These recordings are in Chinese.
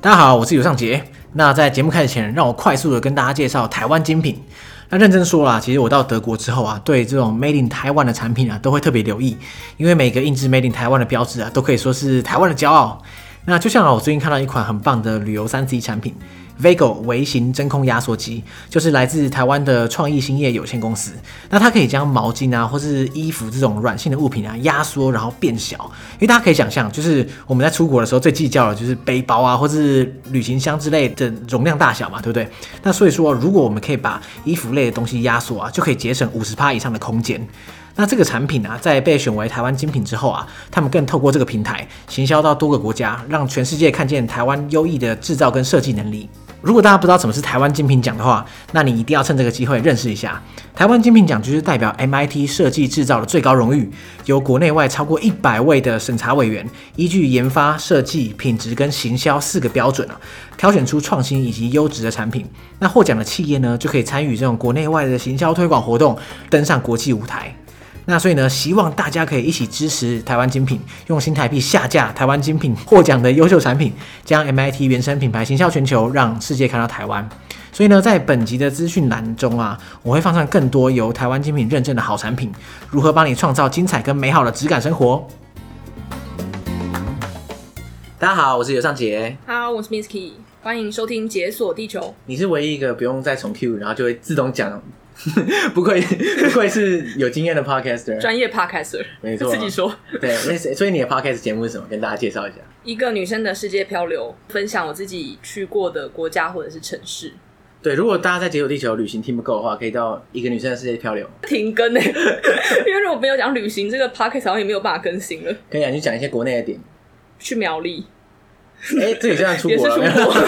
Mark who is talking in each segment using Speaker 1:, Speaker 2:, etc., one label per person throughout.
Speaker 1: 大家好，我是尤尚杰。那在节目开始前，让我快速的跟大家介绍台湾精品。那认真说啦，其实我到德国之后啊，对这种 Made in 台湾的产品啊，都会特别留意，因为每个印制 Made in 台湾的标志啊，都可以说是台湾的骄傲。那就像啊，我最近看到一款很棒的旅游三 C 产品 Vago 微型真空压缩机，就是来自台湾的创意兴业有限公司。那它可以将毛巾啊，或是衣服这种软性的物品啊，压缩然后变小。因为大家可以想象，就是我们在出国的时候最计较的就是背包啊，或是旅行箱之类的容量大小嘛，对不对？那所以说，如果我们可以把衣服类的东西压缩啊，就可以节省五十趴以上的空间。那这个产品啊，在被选为台湾精品之后啊，他们更透过这个平台行销到多个国家，让全世界看见台湾优异的制造跟设计能力。如果大家不知道什么是台湾精品奖的话，那你一定要趁这个机会认识一下。台湾精品奖就是代表 MIT 设计制造的最高荣誉，由国内外超过一百位的审查委员依据研发、设计、品质跟行销四个标准啊，挑选出创新以及优质的产品。那获奖的企业呢，就可以参与这种国内外的行销推广活动，登上国际舞台。那所以呢，希望大家可以一起支持台湾精品，用新台币下架台湾精品获奖的优秀产品，将 MIT 原生品牌行销全球，让世界看到台湾。所以呢，在本集的资讯栏中啊，我会放上更多由台湾精品认证的好产品，如何帮你创造精彩跟美好的质感生活。大家好，我是尤尚杰，
Speaker 2: 哈，我是 Misky，欢迎收听《解锁地球》。
Speaker 1: 你是唯一一个不用再重 Q，然后就会自动讲， 不愧不愧是有经验的 podcaster，
Speaker 2: 专业 podcaster，
Speaker 1: 没错啊
Speaker 2: 自己说。
Speaker 1: 对，那谁所以你的 podcast 节目是什么？跟大家介绍一下。
Speaker 2: 一个女生的世界漂流，分享我自己去过的国家或者是城市。
Speaker 1: 对，如果大家在《解锁地球》旅行听不够的话，可以到《一个女生的世界漂流》。
Speaker 2: 停更呢、 因为如果没有讲旅行，这个 podcast 好像也没有办法更新了。
Speaker 1: 跟你讲，你讲一些国内的点。
Speaker 2: 去苗栗，
Speaker 1: 哎、这也算出国了，
Speaker 2: 也是出国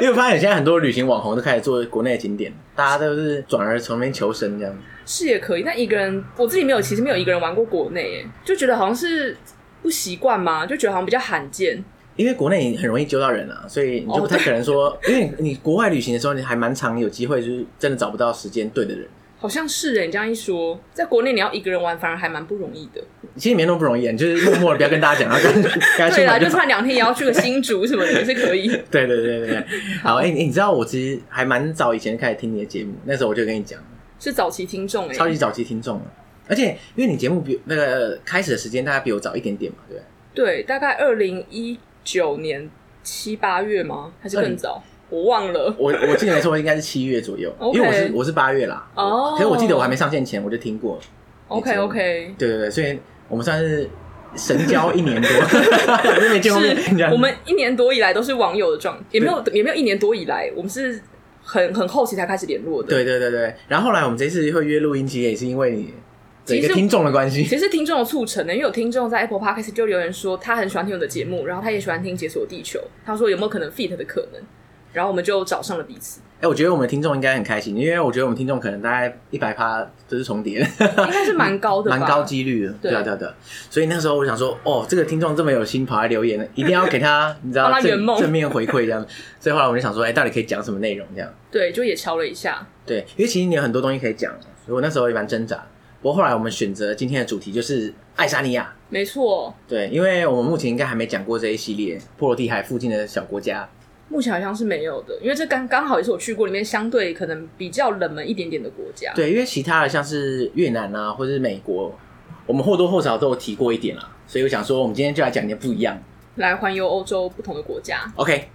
Speaker 1: 因为我发现现在很多旅行网红都开始做国内的景点，大家都是转而从那边求生这样。
Speaker 2: 是也可以，但一个人，我自己没有，其实没有一个人玩过国内，哎，就觉得好像是不习惯嘛，就觉得好像比较罕见。
Speaker 1: 因为国内你很容易揪到人啊，所以你就不
Speaker 2: 哦
Speaker 1: 太可能说，因为你你国外旅行的时候，你还蛮常有机会，就是真的找不到时间对的人。
Speaker 2: 好像是哎，你这样一说，在国内你要一个人玩，反而还蛮不容易的。
Speaker 1: 其实没那么不容易，你就是默默的不要跟大家讲，然后跟该出
Speaker 2: 对啦，
Speaker 1: 门
Speaker 2: 就
Speaker 1: 就
Speaker 2: 算两天也要去个新竹什么的，啊也是可以。
Speaker 1: 对对对对对，好，哎、你你知道我其实还蛮早以前开始听你的节目，那时候我就跟你讲，
Speaker 2: 是早期听众 哎，
Speaker 1: 超级早期听众了，啊而且因为你节目比那个开始的时间大概比我早一点点嘛，对不
Speaker 2: 对，大概二零一九年七八月吗？还是更早？我忘了。
Speaker 1: 对？我我记得没错，应该是七月左右
Speaker 2: OK
Speaker 1: 因为我是我是八月啦，
Speaker 2: 哦
Speaker 1: 可是我记得我还没上线前我就听过，
Speaker 2: OK OK，
Speaker 1: 对对对，所以我们算是神交一 年多，还是没见过面，这
Speaker 2: 是
Speaker 1: 样
Speaker 2: 我们一年多以来都是网友的状，也没有也没有一年多以来，我们是很很后期才开始联络的。，
Speaker 1: 对对对对，然后后来我们这次会约录音，其实也是因为你的一
Speaker 2: 其
Speaker 1: 个
Speaker 2: 实
Speaker 1: 听众的关系，
Speaker 2: 其实听众有促成的，因为有听众在 Apple Podcast 就留言说他很喜欢听我的节目，然后他也喜欢听《解锁地球》，他说有没有可能 fit 的可能，然后我们就找上了彼此，
Speaker 1: 哎、我觉得我们听众应该很开心，因为我觉得我们听众可能大概一百趴都是重 叠的，
Speaker 2: 应该是蛮高的 吧，
Speaker 1: 蛮高几率的。
Speaker 2: 对
Speaker 1: 对啊，对啊，对啊。所以那时候我想说，哦，这个听众这么有心，跑来留言，一定要给 他，你知道
Speaker 2: 帮他圆
Speaker 1: 正
Speaker 2: 梦
Speaker 1: 正面回馈这样子。所以后来我们就想说，哎、到底可以讲什么内容这样？
Speaker 2: 对，就也敲了一下，
Speaker 1: 对，因为其实你有很多东西可以讲，所以我那时候也蛮挣扎。不过后来我们选择今天的主题就是爱沙尼亚。
Speaker 2: 没错，
Speaker 1: 对，因为我们目前应该还没讲过这一系列波罗的海附近的小国家。
Speaker 2: 目前好像是没有的，因为这刚刚好也是我去过里面相对可能比较冷门一点点的国家。
Speaker 1: 对，因为其他的像是越南啊，或者是美国，我们或多或少都有提过一点啦、所以我想说，我们今天就来讲点不一样。
Speaker 2: 来环游欧洲不同的国家。
Speaker 1: OK。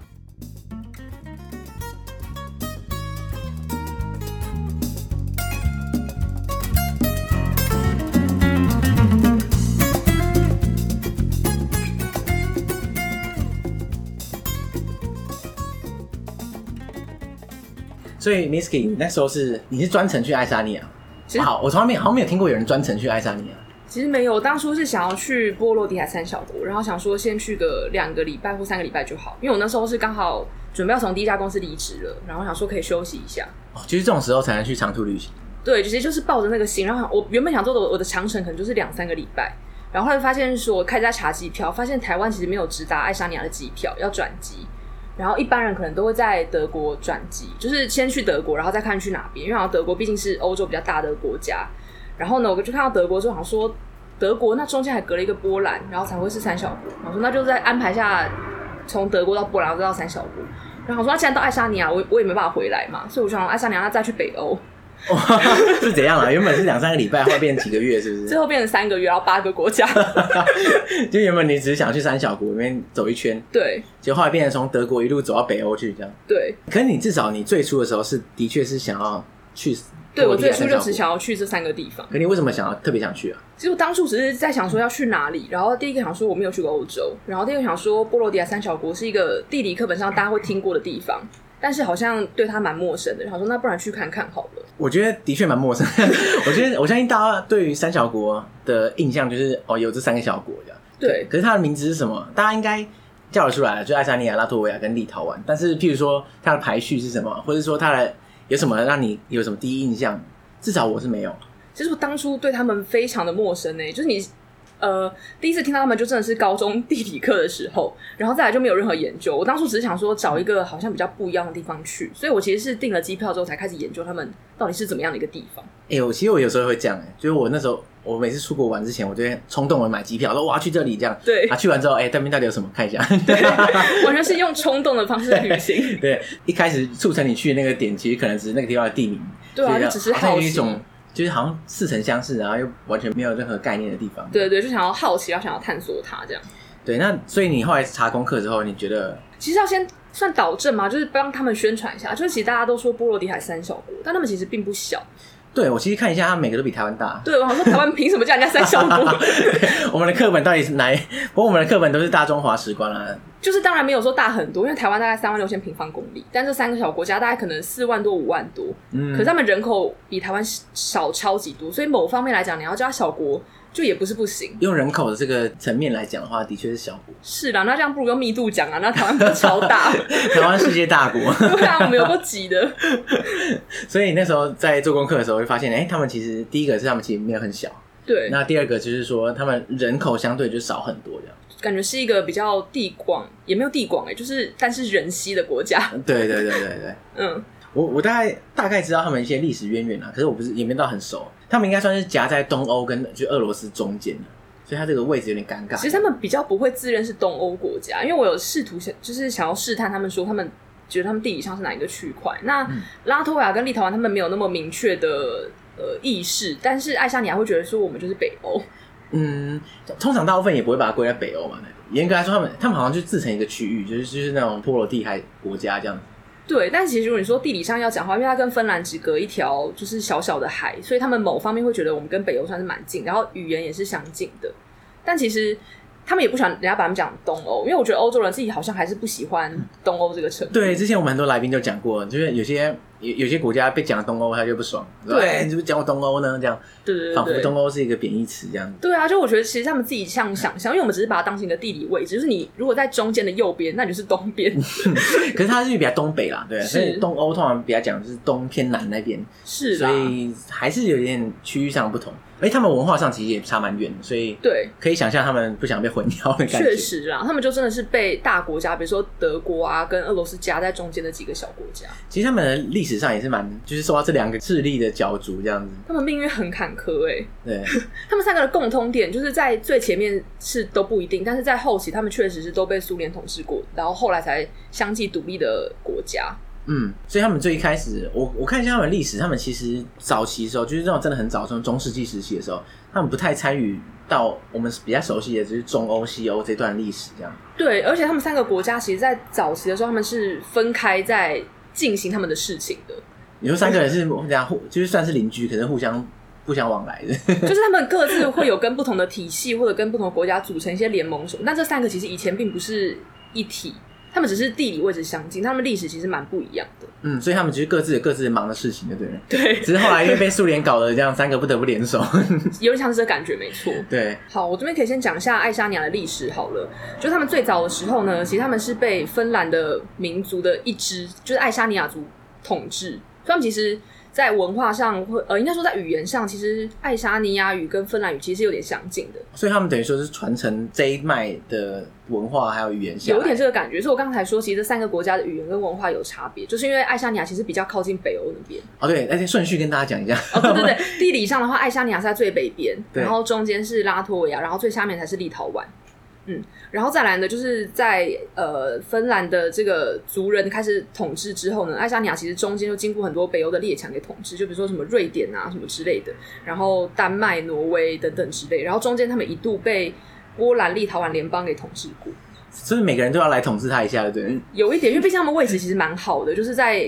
Speaker 1: 所以 Misky 你那时候是你是专程去爱沙尼亚？
Speaker 2: 其实
Speaker 1: 好，我从来没有好像没有听过有人专程去爱沙尼亚。
Speaker 2: 其实没有，当初是想要去波罗的海三小国，然后想说先去个两个礼拜或三个礼拜就好，因为我那时候是刚好准备要从第一家公司离职了，然后想说可以休息一下。
Speaker 1: 哦，就是这种时候才能去长途旅行。
Speaker 2: 对，其实就是抱着那个心，然后我原本想做的我的长程可能就是两三个礼拜，然后后来发现说我开家查机票，发现台湾其实没有直达爱沙尼亚的机票，要转机。然后一般人可能都会在德国转机，就是先去德国，然后再看去哪边，因为好像德国毕竟是欧洲比较大的国家。然后呢，我就看到德国之后，好像说德国那中间还隔了一个波兰，然后才会是三小国。我说那就再安排下从德国到波兰，再到三小国。然后我说，那既然到爱沙尼亚，我我也没办法回来嘛，所以我想爱沙尼亚，那再去北欧，
Speaker 1: 哦 是怎样啦？原本是两三个礼拜，后来变几个月，是不
Speaker 2: 最后变成三个月，然后八个国家。
Speaker 1: 是？ 就原本你只是想去三小国里面走一圈，
Speaker 2: 对
Speaker 1: 结果后来变成从德国一路走到北欧去这样。
Speaker 2: 对
Speaker 1: 可是你至少你最初的时候是的确是想要去，
Speaker 2: 对，我最初就只
Speaker 1: 想。
Speaker 2: 想要去这三个地方。
Speaker 1: 可你为什么想要特别想去啊？
Speaker 2: 其实我当初只是在想说要去哪里，然后第一个想说我没有去过欧洲，然后第二个想说波罗的海三小国是一个地理课本上大家会听过的地方，但是好像对它蛮陌生的，想说那不然去看看好了。
Speaker 1: 我觉得的 确蛮陌生。我觉得我相信大家对于三小国的印象就是哦，有这三个小国这样。
Speaker 2: 对
Speaker 1: 可是它的名字是什么？大家应该叫得出来了，就爱沙尼亚、拉脱维亚跟立陶宛。但是譬如说它的排序是什么，或者说它的有什么让你有什么第一印象？至少我是没有。
Speaker 2: 其实我当初对他们非常的陌生呢、欸就是你呃第一次听到他们就真的是高中地理课的时候，然后再来就没有任何研究。我当初只是想说找一个好像比较不一样的地方去，所以我其实是订了机票之后才开始研究他们到底是怎么样的一个地方。
Speaker 1: 哎、我其实我有时候会这样、欸，就是我那时候我每次出国玩之前，我就会冲动的买机票，说我要去这里这样。
Speaker 2: 对
Speaker 1: 啊，去完之后，哎、那边到底有什么看 一下？
Speaker 2: 完全是用冲动的方式旅行。
Speaker 1: 对，一开始促成你去那个点，其实可能只是那个地方的地名，
Speaker 2: 对啊
Speaker 1: 所以
Speaker 2: 就只是
Speaker 1: 好像有
Speaker 2: 好
Speaker 1: 一
Speaker 2: 奇
Speaker 1: 种就是好像似曾相识，然后又完全没有任何概念的地方。
Speaker 2: 对对，就想要好奇，要想要探索它这样。
Speaker 1: 对，那所以你后来查功课之后，你觉得
Speaker 2: 其实要先算导正嘛，就是帮他们宣传一下。就是其实大家都说波罗的海三小国，但他们其实并不小。
Speaker 1: 对我其实看一下，它每个都比台湾 大。
Speaker 2: 对，我想说台湾凭什么叫人家三小国？
Speaker 1: 我们的课本到底是哪一？不过我们的课本都是大中华史观啦。
Speaker 2: 就是当然没有说大很多，因为台湾大概三万六千平方公里，但这三个小国家大概可能四万多、五万多，
Speaker 1: 嗯，
Speaker 2: 可是他们人口比台湾少超级多，所以某方面来讲，你要叫它小国就也不是不行。
Speaker 1: 用人口的这个层面来讲的话，的确是小国，
Speaker 2: 是啦，那这样不如用密度讲啊，那台湾不是超大？
Speaker 1: 台湾世界大国。
Speaker 2: 对啊，我们有够挤的。
Speaker 1: 所以那时候在做功课的时候，会发现，哎、他们其实第一个是他们其实没有很小，
Speaker 2: 对，
Speaker 1: 那第二个就是说他们人口相对就少很多这样。
Speaker 2: 感觉是一个比较地广，也没有地广哎、就是但是人稀的国家。
Speaker 1: 对对对对对，
Speaker 2: 嗯，
Speaker 1: 我我大概大概知道他们一些历史渊源啊，可是我不是也没到很熟。他们应该算是夹在东欧跟就俄罗斯中间的，所以他这个位置有点尴尬。
Speaker 2: 其实他们比较不会自认是东欧国家，因为我有试图想，就是想要试探他们说他们觉得他们地理上是哪一个区块。那、
Speaker 1: 嗯
Speaker 2: 拉脱维亚跟立陶宛他们没有那么明确的呃意识，但是爱沙尼亚会觉得说我们就是北欧。
Speaker 1: 嗯，通常大部分也不会把它归在北欧嘛。严格来说，他们他们好像就自成一个区域，就是就是那种波罗的海国家这样子。
Speaker 2: 对，但其实如果你说地理上要讲的话，因为它跟芬兰只隔一条就是小小的海，所以他们某方面会觉得我们跟北欧算是蛮近，然后语言也是相近的。但其实他们也不
Speaker 1: 嗯
Speaker 2: 喜欢人家把他们讲东欧，因为我觉得欧洲人自己好像还是不喜欢东欧这个城。
Speaker 1: 嗯对，之前我们很多来宾就讲过，就是有些有有些国家被讲东欧，他就不爽，说
Speaker 2: 对
Speaker 1: 哎，你怎么讲我东欧呢？这样
Speaker 2: 对对
Speaker 1: 仿
Speaker 2: 对
Speaker 1: 佛
Speaker 2: 对
Speaker 1: 东欧是一个贬义词这样子。
Speaker 2: 对啊，就我觉得其实他们自己像想象，因为我们只是把它当成一个地理位置，就是你如果在中间的右边，那你就是东边。
Speaker 1: 嗯可是它是比较东北啦，对，
Speaker 2: 是
Speaker 1: 所以东欧通常比较讲就是东偏南那边，
Speaker 2: 是
Speaker 1: 所
Speaker 2: 啦，
Speaker 1: 以还是有点区域上的不同。而且他们文化上其实也差蛮远的，所以
Speaker 2: 对，
Speaker 1: 可以想象他们不想被混淆的感觉。
Speaker 2: 确，实啦，他们就真的是被大国家，比如说德国啊跟俄罗斯夹在中间的几个小国家，
Speaker 1: 其实他们的历史上也是蛮，就是受到这两个势力的角逐这样子。
Speaker 2: 他们命运很坎坷哎、
Speaker 1: 对，
Speaker 2: 他们三个的共通点就是在最前面是都不一定，但是在后期他们确实是都被苏联统治过，然后后来才相继独立的国家。
Speaker 1: 嗯，所以他们最一开始，我我看一下他们的历史，他们其实早期的时候，就是那种真的很早，从中世纪时期的时候，他们不太参与到我们比较熟悉的，就是中欧、西欧这段历史这样。
Speaker 2: 对，而且他们三个国家其实，在早期的时候，他们是分开在进行他们的事情的，
Speaker 1: 你说三个人是这样互，就是算是邻居，可是互相不相往来的。
Speaker 2: 就是他们各自会有跟不同的体系或者跟不同的国家组成一些联盟什么。但这三个其实以前并不是一体，他们只是地理位置相近，他们历史其实蛮不一样的。
Speaker 1: 嗯，所以他们其实各自有各自忙的事情，对不对了？
Speaker 2: 对，
Speaker 1: 只是后来因为被苏联搞得这样，三个不得不联手。
Speaker 2: 有点像是这个感觉，没错。
Speaker 1: 对，
Speaker 2: 好，我这边可以先讲一下爱沙尼亚的历史好了。就是他们最早的时候呢，其实他们是被芬兰的民族的一支，就是爱沙尼亚族统治。所以他们其实，在文化上，或呃，应该说在语言上，其实爱沙尼亚语跟芬兰语其实是有点相近的，
Speaker 1: 所以他们等于说是传承这一脉的文化还有语言下来
Speaker 2: 有点这个感觉。所以我刚才说，其实这三个国家的语言跟文化有差别，就是因为爱沙尼亚其实比较靠近北欧那 边。
Speaker 1: 哦，对，而且顺序跟大家讲一下。
Speaker 2: 哦， 对对对，地理上的话，爱沙尼亚是在最北边，嗯
Speaker 1: 对
Speaker 2: 然后中间是拉脱维亚，然后最下面才是立陶宛。嗯然后再来呢，就是在呃芬兰的这个族人开始统治之后呢，爱沙尼亚其实中间就经过很多北欧的列强给统治，就比如说什么瑞典啊什么之类的，然后丹麦、挪威等等之类，然后中间他们一度被波兰、立陶宛联邦给统治过。
Speaker 1: 所以每个人都要来统治他一下，对不对？
Speaker 2: 有一点，因为毕竟他们位置其实蛮好的，就是在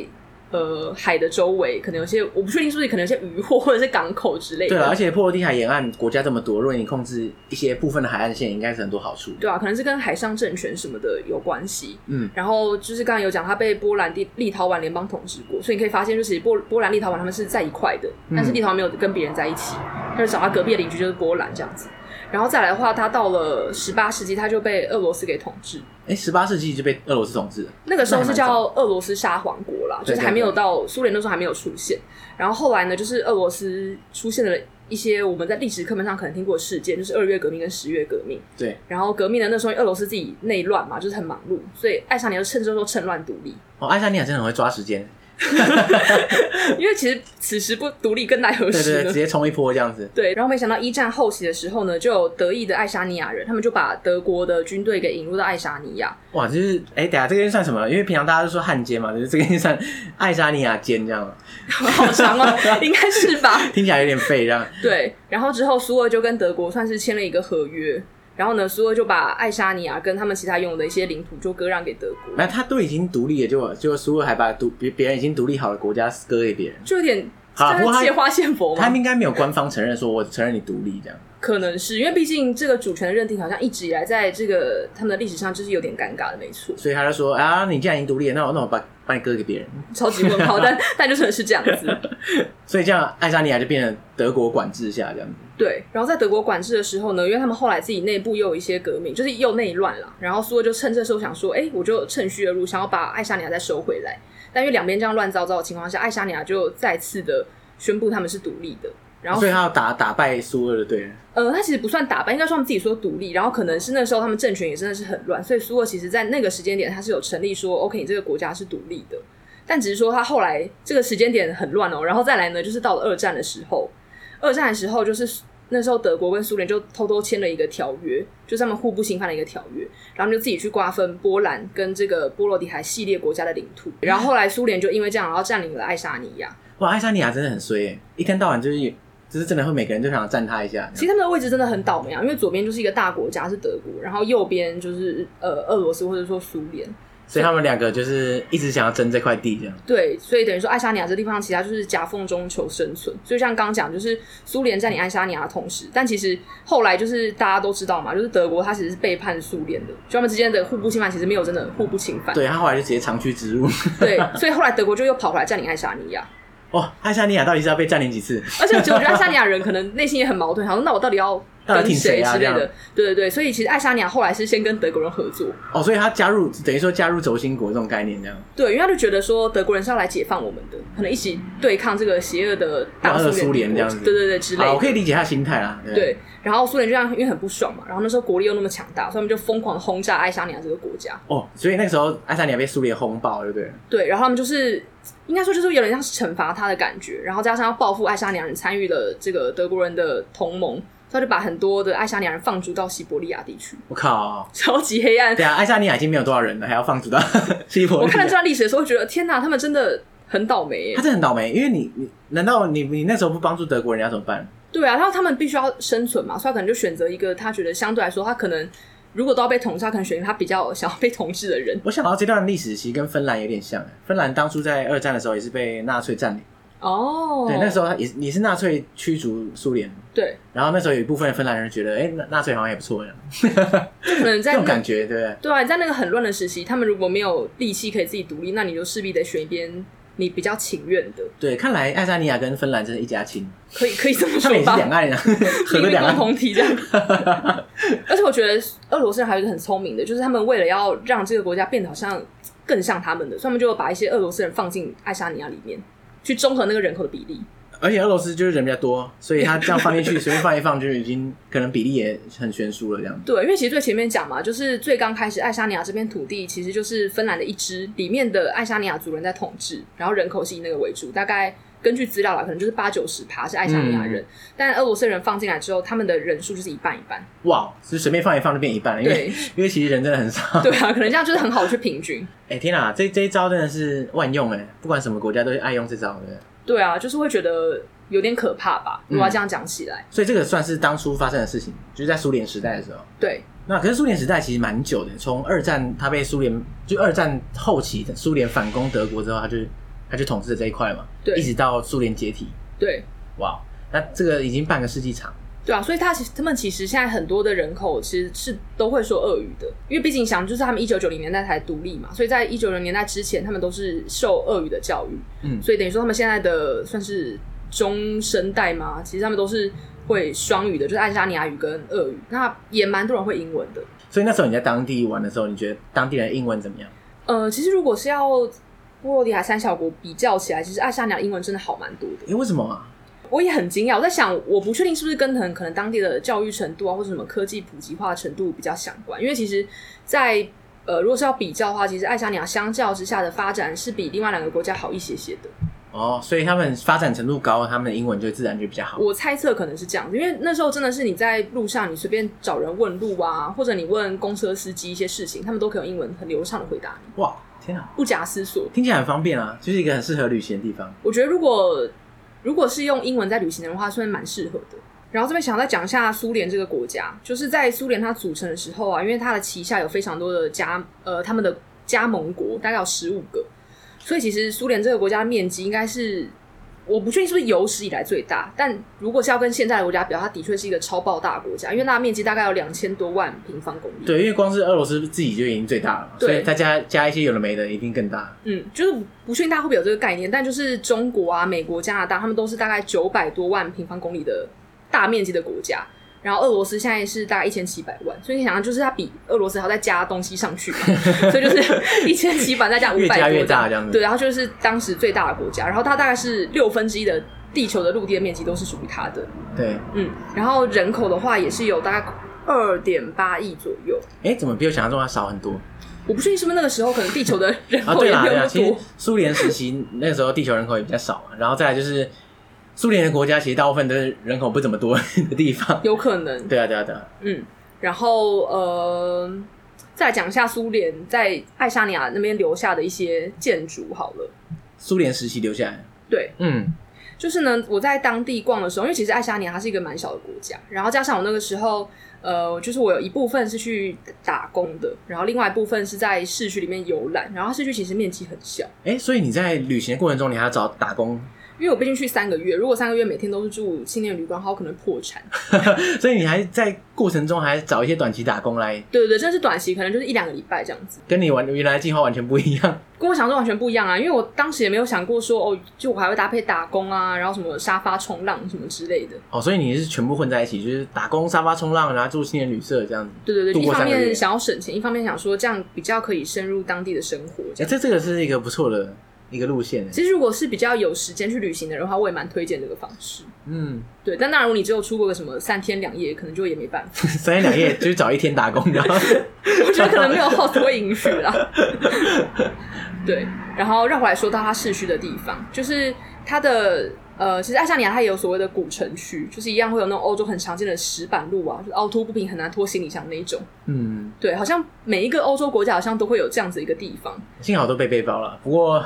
Speaker 2: 呃海的周围，可能有些我不确定是不是可能有些渔获或者是港口之类的。
Speaker 1: 对啊了，而且波罗的海沿岸国家这么多，如果你控制一些部分的海岸线，应该是很多好处。
Speaker 2: 对啊，可能是跟海上政权什么的有关系。
Speaker 1: 嗯，
Speaker 2: 然后就是刚才有讲，他被波兰、立立陶宛联邦统治过，所以你可以发现，就是波波兰、立陶宛他们是在一块的，
Speaker 1: 嗯
Speaker 2: 但是立陶宛没有跟别人在一起，他就找他隔壁的邻居就是波兰这样子。然后再来的话，他到了十八世纪，他就被俄罗斯给统治。
Speaker 1: 哎，十八世纪就被俄罗斯统治了。
Speaker 2: 那个时候
Speaker 1: 那还
Speaker 2: 是
Speaker 1: 蛮
Speaker 2: 叫俄罗斯沙皇国啦，
Speaker 1: 对
Speaker 2: 就是还没有到苏联那时候还没有出现。然后后来呢，就是俄罗斯出现了一些我们在历史课本上可能听过的事件，就是二月革命跟十月革命。
Speaker 1: 对，
Speaker 2: 然后革命的那时候，俄罗斯自己内乱嘛，就是很忙碌，所以爱沙尼亚就趁这时候趁乱独立。
Speaker 1: 哦，爱沙尼亚真的很会抓时 间，
Speaker 2: 因为其实此时不独立，更待何
Speaker 1: 对对
Speaker 2: 时
Speaker 1: 对，直
Speaker 2: 呢？
Speaker 1: 接冲一波这样子。
Speaker 2: 对，然后没想到一战后期的时候呢，就有德意的爱沙尼亚人，他们就把德国的军队给引入到爱沙尼亚。
Speaker 1: 哇，就是哎，等下这个算什么？因为平常大家都说汉奸嘛，就是这个算 爱沙尼亚奸这样，
Speaker 2: 好 长哦，应该是吧？
Speaker 1: 听起来有点废 这样。
Speaker 2: 对，然后之后苏俄就跟德国算是签了一个合约，然后呢，苏俄就把爱沙尼亚跟他们其他拥有的一些领土就割让给德国，
Speaker 1: 那他都已经独立了，就就苏俄还把独别别人已经独立好的国家割给别人，
Speaker 2: 就有点
Speaker 1: 好啦
Speaker 2: 像
Speaker 1: 啊不过
Speaker 2: 是
Speaker 1: 他
Speaker 2: 借花献佛
Speaker 1: 他
Speaker 2: 嘛
Speaker 1: 们。应该没有官方承认说我承认你独立这样。
Speaker 2: 可能是因为毕竟这个主权的认定好像一直以来在这个他们的历史上就是有点尴尬的，没错，
Speaker 1: 所以他就说啊，你既然已经独立了，那我那我把把你割给别人。
Speaker 2: 超级问 号，但但就可能是这样子。
Speaker 1: 所以这样爱沙尼亚就变成德国管制下这样子。
Speaker 2: 对，然后在德国管制的时候呢，因为他们后来自己内部又有一些革命，就是又内乱了，然后苏俄就趁这时候想说，哎，我就趁虚而入，想要把爱沙尼亚再收回来。但因为两边这样乱糟糟的情况下，爱沙尼亚就再次的宣布他们是独立的。然后
Speaker 1: 所以，他要打打败苏俄的对了。
Speaker 2: 呃，他其实不算打败，应该说他们自己说独立。然后可能是那时候他们政权也真的是很乱，所以苏俄其实在那个时间点他是有成立说，OK，你这个国家是独立的。但只是说他后来这个时间点很乱哦，然后再来呢，就是到了二战的时候，二战的时候就是那时候德国跟苏联就偷偷签了一个条约，就是他们互不侵犯的一个条约，然后就自己去瓜分波兰跟这个波罗的海系列国家的领土，然后后来苏联就因为这样，然后占领了爱沙尼亚。
Speaker 1: 哇，爱沙尼亚真的很衰、欸，一天到晚就是就是真的会每个人都想占他一下。
Speaker 2: 其实他们的位置真的很倒霉啊，因为左边就是一个大国家是德国，然后右边就是呃俄罗斯或者说苏联。
Speaker 1: 所以他们两个就是一直想要争这块地这样。
Speaker 2: 对，所以等于说爱沙尼亚这地方，其他就是夹缝中求生存。所以像刚讲，就是苏联占领爱沙尼亚的同时，但其实后来就是大家都知道嘛，就是德国它其实是背叛苏联的，就他们之间的互不侵犯其实没有真的互不侵犯。
Speaker 1: 对他后来就直接长驱直 入。
Speaker 2: 对，所以后来德国就又跑回来占领爱沙尼亚，
Speaker 1: 哇，哦爱沙尼亚到底是要被占领几次？
Speaker 2: 而且我觉得爱沙尼亚人可能内心也很矛盾，好像那我到底要
Speaker 1: 到底
Speaker 2: 跟
Speaker 1: 挺谁
Speaker 2: 谁
Speaker 1: 啊
Speaker 2: 之类
Speaker 1: 这
Speaker 2: 的
Speaker 1: 样？
Speaker 2: 对对对，所以其实爱沙尼亚后来是先跟德国人合作，
Speaker 1: 哦，所以他加入等于说加入轴心国这种概念这样。
Speaker 2: 对，因为他就觉得说德国人是要来解放我们的，可能一起对抗这个邪恶的大
Speaker 1: 大恶
Speaker 2: 苏
Speaker 1: 啊苏联
Speaker 2: 联帝国
Speaker 1: 这样子
Speaker 2: 对对对之类
Speaker 1: 好，我可
Speaker 2: 的。
Speaker 1: 以理解他心态啦。对，
Speaker 2: 对，然后苏联就这样，因为很不爽嘛，然后那时候国力又那么强大，所以他们就疯狂地轰炸爱沙尼亚这个国家。
Speaker 1: 哦，所以那时候爱沙尼亚被苏联轰爆，对不对？
Speaker 2: 对，然后他们就是应该说就是有点像是惩罚他的感觉，然后加上要报复爱沙尼亚人参与了这个德国人的同盟，所以他就把很多的爱沙尼亚人放逐到西伯利亚地区，
Speaker 1: 我靠！
Speaker 2: 超级黑暗
Speaker 1: 对。啊，爱沙尼亚已经没有多少人了，还要放逐到 西伯
Speaker 2: 我
Speaker 1: 利
Speaker 2: 看了这
Speaker 1: 亚。
Speaker 2: 段历史的时候，觉得天哪，他们真的很倒霉耶
Speaker 1: 他。真的很倒霉，因为你你难道你你那时候不帮助德国人，要怎么办？
Speaker 2: 对啊，然后他们必须要生存嘛，所以他可能就选择一个他觉得相对来说，他可能如果都要被统治，他可能选一个他比较想要被统治的人。
Speaker 1: 我想到这段历史其实跟芬兰有点像，芬兰当初在二战的时候也是被纳粹占领，
Speaker 2: 哦，
Speaker 1: 对，那时
Speaker 2: 候
Speaker 1: 候他也是也是纳粹驱逐苏联，
Speaker 2: 对，
Speaker 1: 然后那时候有一部分芬兰人觉得，哎、纳纳粹好像也不错呀，
Speaker 2: 就可能
Speaker 1: 这
Speaker 2: 在
Speaker 1: 种感
Speaker 2: 那
Speaker 1: 觉，对不对？
Speaker 2: 对啊，在那个很乱的时期，他们如果没有力气可以自己独立，那你就势必得选一边你比较情愿的，
Speaker 1: 对，看来爱沙尼亚跟芬兰真是一家亲，
Speaker 2: 可以可以这么
Speaker 1: 他们
Speaker 2: 说
Speaker 1: 也是
Speaker 2: 吧，
Speaker 1: 两岸 人啊，合
Speaker 2: 命
Speaker 1: 的
Speaker 2: 运
Speaker 1: 两
Speaker 2: 共
Speaker 1: 岸。
Speaker 2: 同体这样。 而且我觉得俄罗斯人还有一个很聪明的，就是他们为了要让这个国家变得好像更像他们的，所以他们就有把一些俄罗斯人放进爱沙尼亚里面，去综合那个人口的比例。
Speaker 1: 而且俄罗斯就是人比较多，所以他这样放 进去，随便放一放，就已经可能比例也很悬殊了这样。
Speaker 2: 对，因为其实最前面讲嘛，就是最刚开始爱沙尼亚这片土地其实就是芬兰的一支，里面的爱沙尼亚族人在统治，然后人口是以那个为主，大概根据资料啦，可能就是八九十趴是爱沙尼亚人，但俄罗斯人放进来之后，他们的人数就是一半一半。
Speaker 1: 哇，就是随便放一放就变一半了，因为
Speaker 2: 对
Speaker 1: 因为其实人真的很少。
Speaker 2: 对啊，可能这样就是很好去平均。
Speaker 1: 哎、天哪，这这一招真的是万用哎，不管什么国家都爱用这招的。
Speaker 2: 对啊，就是会觉得有点可怕吧？如果要这样讲起来，
Speaker 1: 所以这个算是当初发生的事情，就是在苏联时代的时候。
Speaker 2: 对
Speaker 1: 那可是苏联时代其实蛮久的，从二战他被苏联就二战后期的苏联反攻德国之后，他就他就统治了这一块嘛，
Speaker 2: 对
Speaker 1: 一直到苏联解体，
Speaker 2: 对
Speaker 1: 哇，那这个已经半个世纪长，
Speaker 2: 对啊，所以他其实他们其实现在很多的人口其实是都会说俄语的，因为毕竟想就是他们一九九零年代才独立嘛，所以在一九零年代之前，他们都是受俄语的教育，
Speaker 1: 嗯
Speaker 2: 所以等于说他们现在的算是中生代嘛，其实他们都是会双语的，就是爱沙尼亚语跟俄语，那也蛮多人会英文的。
Speaker 1: 所以那时候你在当地玩的时候，你觉得当地人的英文怎么样？
Speaker 2: 呃，其实如果是要波罗的海三小国比较起来，其实爱沙尼亚英文真的好蛮多的。
Speaker 1: 诶、为什么啊？
Speaker 2: 我也很惊讶，我在想，我不确定是不是跟可能可能当地的教育程度啊，或者什么科技普及化程度比较相关。因为其实在，呃，如果是要比较的话，其实爱沙尼亚相较之下的发展是比另外两个国家好一些些的。
Speaker 1: 哦，所以他们发展程度高，他们的英文就自然就比较好。
Speaker 2: 我猜测可能是这样子，因为那时候真的是你在路上，你随便找人问路啊，或者你问公车司机一些事情，他们都可以用英文很流畅的回答你，
Speaker 1: 哇，天哪，
Speaker 2: 不假思索。
Speaker 1: 听起来很方便啊，就是一个很适合旅行的地方。
Speaker 2: 我觉得如果如果是用英文在旅行的话，算蛮适合的。然后这边想再讲一下苏联这个国家，就是在苏联它组成的时候啊，因为它的旗下有非常多的加呃他们的加盟国，大概有十五个，所以其实苏联这个国家的面积应该是我不确定是不是有史以来最大，但如果是要跟现在的国家比较，它的确是一个超爆大的国家，因为它的面积大概有两千多万平方公里。
Speaker 1: 对，因为光是俄罗斯自己就已经最大了嘛，
Speaker 2: 对
Speaker 1: 所以再加加一些有的没的，一定更大。
Speaker 2: 嗯，就是不确定大家会不会有这个概念，但就是中国啊、美国、加拿大，他们都是大概九百多万平方公里的大面积的国家，然后俄罗斯现在是大概一千七百万，所以你想想，就是它比俄罗斯还要再加东西上去嘛， 所以就是一千七百再加五
Speaker 1: 越
Speaker 2: 百
Speaker 1: 加
Speaker 2: 多，
Speaker 1: 越大这样子
Speaker 2: 对，然后就是当时最大的国家，然后它大概是六分之一的地球的陆地的面积都是属于它的，
Speaker 1: 对，
Speaker 2: 嗯，然后人口的话也是有大概二点八亿左右，
Speaker 1: 哎，怎么比我想象中要少很多
Speaker 2: 我不确定是不是那个时候可能地球的人
Speaker 1: 啊？
Speaker 2: 口
Speaker 1: 对
Speaker 2: 也
Speaker 1: 啦，
Speaker 2: 没有
Speaker 1: 对
Speaker 2: 那
Speaker 1: 啦，
Speaker 2: 么
Speaker 1: 其实
Speaker 2: 多，
Speaker 1: 苏联时 期那个时候地球人口也比较少嘛，然后再来就是苏联的国家，其实大部分都是人口不怎么多 的地方。
Speaker 2: 有可能。
Speaker 1: 对啊，对啊，对啊，
Speaker 2: 嗯，然后呃，再来讲一下苏联在爱沙尼亚那边留下的一些建筑好了。
Speaker 1: 苏联时期留下来，
Speaker 2: 对，
Speaker 1: 嗯，
Speaker 2: 就是呢，我在当地逛的时候，因为其实爱沙尼亚它是一个蛮小的国家，然后加上我那个时候，呃，就是我有一部分是去打工的，然后另外一部分是在市区里面游览，然后它市区其实面积很小，
Speaker 1: 哎，所以你在旅行的过程中，你还要找打工，
Speaker 2: 因为我毕竟去三个月，如果三个月每天都是住青年旅馆，它有可能破产。
Speaker 1: 所以你还在过程中还找一些短期打工来
Speaker 2: 对对对，真的是短期，可能就是一两个礼拜这样子。
Speaker 1: 跟你完原来计划完全不一样。
Speaker 2: 跟我想的完全不一样啊，因为我当时也没有想过说哦，就我还会搭配打工啊，然后什么沙发冲浪什么之类的。
Speaker 1: 哦，所以你是全部混在一起，就是打工、沙发冲浪，然后住青年旅社这样子。
Speaker 2: 对对
Speaker 1: 度
Speaker 2: 对，一
Speaker 1: 过
Speaker 2: 方
Speaker 1: 三个月
Speaker 2: 面想要省钱，一方面想说这样比较可以深入当地的生活。这
Speaker 1: 哎、
Speaker 2: 样
Speaker 1: 这这个是一个不错的一个路线耶。欸
Speaker 2: 其实如果是比较有时间去旅行的人的话，我也蛮推荐这个方式。
Speaker 1: 嗯，
Speaker 2: 对，但当然，如果你只有出国个什么三天两夜，可能就也没办法。
Speaker 1: 三天两夜就是找一天打工，然后
Speaker 2: 我觉得可能没有 host 会允许啦。啊对，然后绕回来说到它市区的地方，就是它的呃，其实爱沙尼亚它也有所谓的古城区，就是一样会有那种欧洲很常见的石板路啊，就是凹凸不平，很难拖行李箱那一种。
Speaker 1: 嗯，
Speaker 2: 对，好像每一个欧洲国家好像都会有这样子一个地方。
Speaker 1: 幸好都被背包了。不过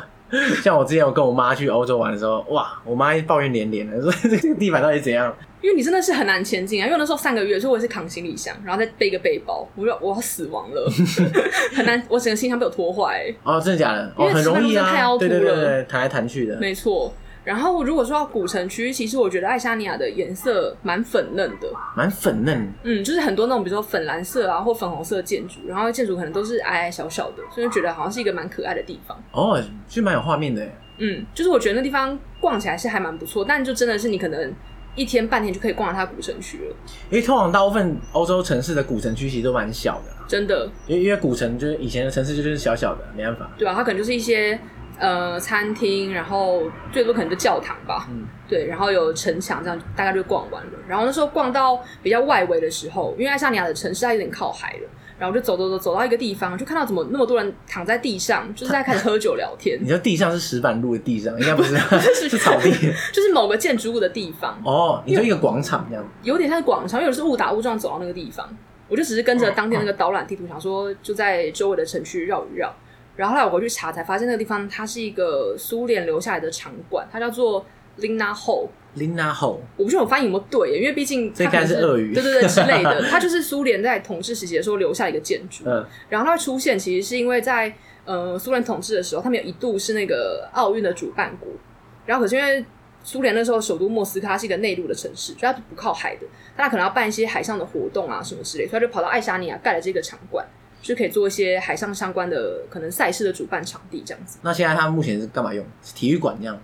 Speaker 1: 像我之前我跟我妈去欧洲玩的时候，哇，我妈抱怨连连的，说这个地板到底怎样？
Speaker 2: 因为你真的是很难前进啊！因为那时候三个月，所以我也是扛行李箱，然后再背一个背包，我就我要死亡了，很难，我整个行李箱被我拖坏、欸
Speaker 1: 哦，真的假的？
Speaker 2: 因
Speaker 1: 哦，
Speaker 2: 为
Speaker 1: 很容易
Speaker 2: 吃饭都是太
Speaker 1: 啊，
Speaker 2: 凹凸
Speaker 1: 对对对
Speaker 2: 了
Speaker 1: 对，弹来弹去的。
Speaker 2: 没错。然后如果说到古城区，其实我觉得爱沙尼亚的颜色蛮粉嫩的，
Speaker 1: 蛮粉嫩，
Speaker 2: 嗯，就是很多那种比如说粉蓝色啊或粉红色的建筑，然后建筑可能都是矮矮小小的，所以觉得好像是一个蛮可爱的地方。
Speaker 1: 哦，就蛮有画面的欸耶。
Speaker 2: 嗯，就是我觉得那地方逛起来是还蛮不错，但就真的是你可能一天半天就可以逛到它的古城区了，
Speaker 1: 因为通常大部分欧洲城市的古城区其实都蛮小的啦，
Speaker 2: 真的，
Speaker 1: 因为因为古城就是以前的城市就是小小的，没办法。
Speaker 2: 对啊，它可能就是一些呃餐厅，然后最多可能就教堂吧，
Speaker 1: 嗯
Speaker 2: 对，然后有城墙这样，大概就逛完了。然后那时候逛到比较外围的时候，因为爱沙尼亚的城市它有点靠海了，然后我就走走走走到一个地方，就看到怎么那么多人躺在地上，就是在开始喝酒聊 天
Speaker 1: 你，说地上是石板路的地上，应该不是，啊是草地。
Speaker 2: 就是某个建筑物的地方，
Speaker 1: 哦，你说一个广场这样，
Speaker 2: 有点像广场，因为我是误打误撞走到那个地方，我就只是跟着当天那个导览地图，想说就在周围的城区绕一绕。然后后来我回去查，才发现那个地方它是一个苏联留下来的场馆，它叫做 Lina Hall。
Speaker 1: 林纳吼，
Speaker 2: 我不确定我翻译有没有对耶，因为毕竟它
Speaker 1: 这应该
Speaker 2: 可能
Speaker 1: 是俄语
Speaker 2: 对对对之类 的。它就是苏联在统治时期的时候留下一个建筑，
Speaker 1: 嗯，
Speaker 2: 然后它会出现，其实是因为在呃苏联统治的时候，他们有一度是那个奥运的主办国，然后可是因为苏联那时候首都莫斯科它是一个内陆的城市，所以它不靠海的，它可能要办一些海上的活动啊什么之类，所以它就跑到爱沙尼亚盖了这个场馆，就可以做一些海上相关的可能赛事的主办场地这样子。
Speaker 1: 那现在他目前是干嘛用？是体育馆这样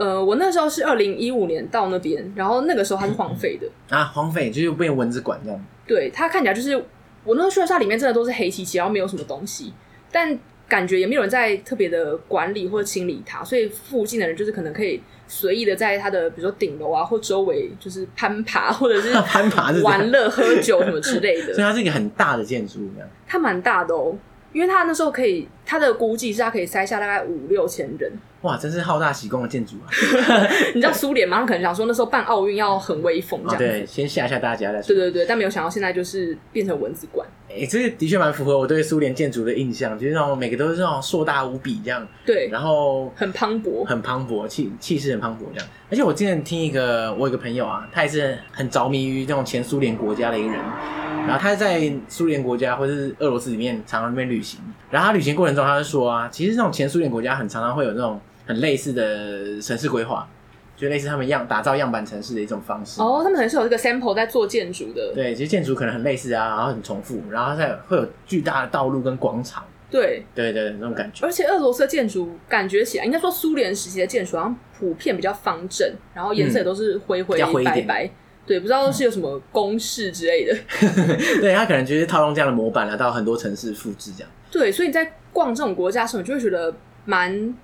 Speaker 2: 呃，我那时候是二零一五年到那边，然后那个时候它是荒废的，
Speaker 1: 啊？荒废就是变蚊子馆这样，
Speaker 2: 对，它看起来就是我那时候去的时候，它里面真的都是黑漆漆，然后没有什么东西，但感觉也没有人在特别的管理或清理它，所以附近的人就是可能可以随意的在它的比如说顶楼啊或周围就是攀爬或者是
Speaker 1: 攀爬 是这样
Speaker 2: 玩乐、喝酒什么之类
Speaker 1: 所以
Speaker 2: 的，
Speaker 1: 它是一个很大的建筑这样。
Speaker 2: 它蛮大的哦。因为它那时候可以，它的估计是它可以塞下大概五六千人。
Speaker 1: 哇，真是浩大喜功的建筑啊！
Speaker 2: 你知道苏联吗？他们可能想说那时候办奥运要很威风这
Speaker 1: 啊，
Speaker 2: 样子，
Speaker 1: 对，先吓吓大家再说。
Speaker 2: 对对对，但没有想到现在就是变成蚊子馆。
Speaker 1: 哎、这个的确蛮符合我对苏联建筑的印象，就是那种每个都是那种硕大无比这样，
Speaker 2: 对，
Speaker 1: 然后
Speaker 2: 很磅礴。
Speaker 1: 很磅礴，气气势很磅礴这样。而且我之前听一个，我有一个朋友啊，他也是很着迷于那种前苏联国家的一个人，然后他在苏联国家或是俄罗斯里面常常那边旅行，然后他旅行过程中他就说啊，其实那种前苏联国家很常常会有那种很类似的城市规划，就类似他们样打造样板城市的一种方式。
Speaker 2: 哦，他们可能是有这个 sample 在做建筑的，
Speaker 1: 对，其实建筑可能很类似啊，然后很重复，然后再会有巨大的道路跟广场，
Speaker 2: 对
Speaker 1: 对对对，那种感觉。
Speaker 2: 而且俄罗斯的建筑感觉起来，应该说苏联时期的建筑好像普遍比较方正，然后颜色也都是灰
Speaker 1: 嗯比
Speaker 2: 灰、
Speaker 1: 较灰一
Speaker 2: 白
Speaker 1: 点
Speaker 2: 白。对，不知道是有什么公式之类的。
Speaker 1: 对他可能就是套用这样的模板来啊到很多城市复制这样。
Speaker 2: 对，所以你在逛这种国家的时候，你就会觉得蛮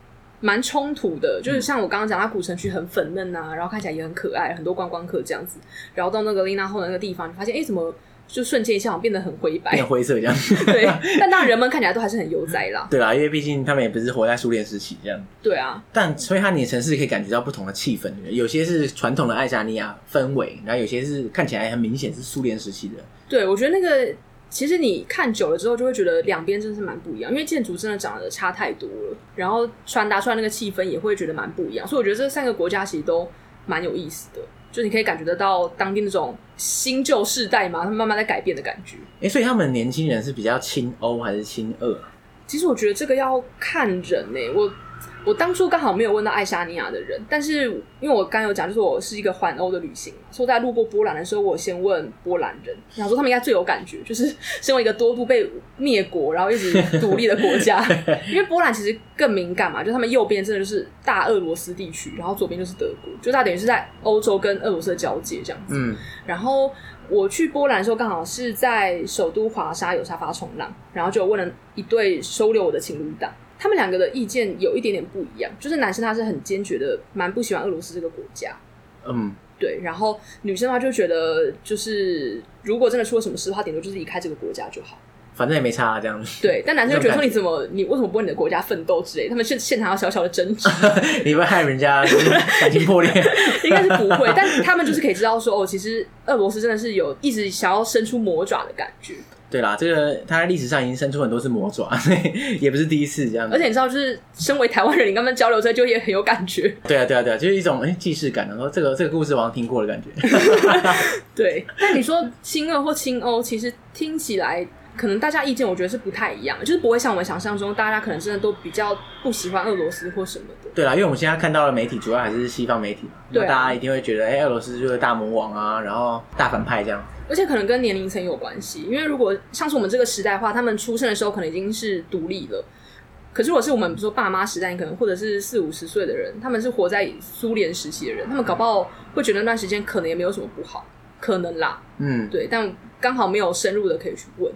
Speaker 2: 蛮冲突的。
Speaker 1: 嗯
Speaker 2: 就是像我刚刚讲，它古城区很粉嫩啊，然后看起来也很可爱，很多观光客这样子。然后到那个丽娜后的那个地方，你发现哎，诶怎么就瞬间一下好像变得很灰白
Speaker 1: 变？灰色这样。
Speaker 2: 对， 但当然人们看起来都还是很悠哉啦。
Speaker 1: 对啊啦，因为毕竟他们也不是活在苏联时期这样，
Speaker 2: 对啊，
Speaker 1: 但所以它你的城市可以感觉到不同的气氛，有些是传统的爱沙尼亚氛围，然后有些是看起来很明显是苏联时期的。
Speaker 2: 对，我觉得那个其实你看久了之后，就会觉得两边真的是蛮不一样，因为建筑真的长得差太多了，然后传达出来那个气氛也会觉得蛮不一样，所以我觉得这三个国家其实都蛮有意思的，就你可以感觉得到当地那种新旧世代嘛，他们慢慢在改变的感觉。
Speaker 1: 哎、所以他们年轻人是比较亲欧还是亲俄？啊
Speaker 2: 其实我觉得这个要看人呢、我我当初刚好没有问到爱沙尼亚的人，但是因为我刚有讲，就是我是一个环欧的旅行嘛，所以我在路过波兰的时候，我先问波兰人，想说他们应该最有感觉，就是身为一个多度被灭国，然后一直独立的国家，因为波兰其实更敏感嘛，就他们右边真的就是大俄罗斯地区，然后左边就是德国，就它等于是在欧洲跟俄罗斯的交界这样子。
Speaker 1: 嗯，
Speaker 2: 然后我去波兰的时候，刚好是在首都华沙有沙发冲浪，然后就问了一对收留我的情侣档，他们两个的意见有一点点不一样，就是男生他是很坚决的，蛮不喜欢俄罗斯这个国家。
Speaker 1: 嗯，
Speaker 2: 对，然后女生的话就觉得，就是如果真的出了什么事的话，顶多就是离开这个国家就好。
Speaker 1: 反正也没差、啊、这样。
Speaker 2: 对，但男生就觉得说
Speaker 1: 这
Speaker 2: 你怎么，你为什么不为你的国家奋斗之类，他们现现场要小小的争执，
Speaker 1: 你会害人家就是感情 破裂。
Speaker 2: 应该是不会，但他们就是可以知道说，哦，其实俄罗斯真的是有一直想要伸出魔爪的感觉。
Speaker 1: 对啦，这个他在历史上已经生出很多次魔爪， 所以也不是第一次这样。
Speaker 2: 而且你知道，就是身为台湾人，你跟他们交流之后就也很有感觉。
Speaker 1: 对啊，对啊，对啊，就是一种哎既视感，然后这个这个故事我好像听过的感觉。
Speaker 2: 对， 但你说亲俄或亲欧，其实听起来可能大家意见我觉得是不太一样的，就是不会像我们想象中，大家可能真的都比较不喜欢俄罗斯或什么的。
Speaker 1: 对啦，因为我们现在看到的媒体主要还是西方媒体嘛，
Speaker 2: 对啊
Speaker 1: 那大家一定会觉得，哎、俄罗斯就是大魔王啊，然后大反派这样。
Speaker 2: 而且可能跟年龄层有关系，因为如果像是我们这个时代的话，他们出生的时候可能已经是独立了。可是如果是我们比如说爸妈时代，可能或者是四五十岁的人，他们是活在苏联时期的人，他们搞不好会觉得那段时间可能也没有什么不好，可能啦，
Speaker 1: 嗯，
Speaker 2: 对，但刚好没有深入的可以去问。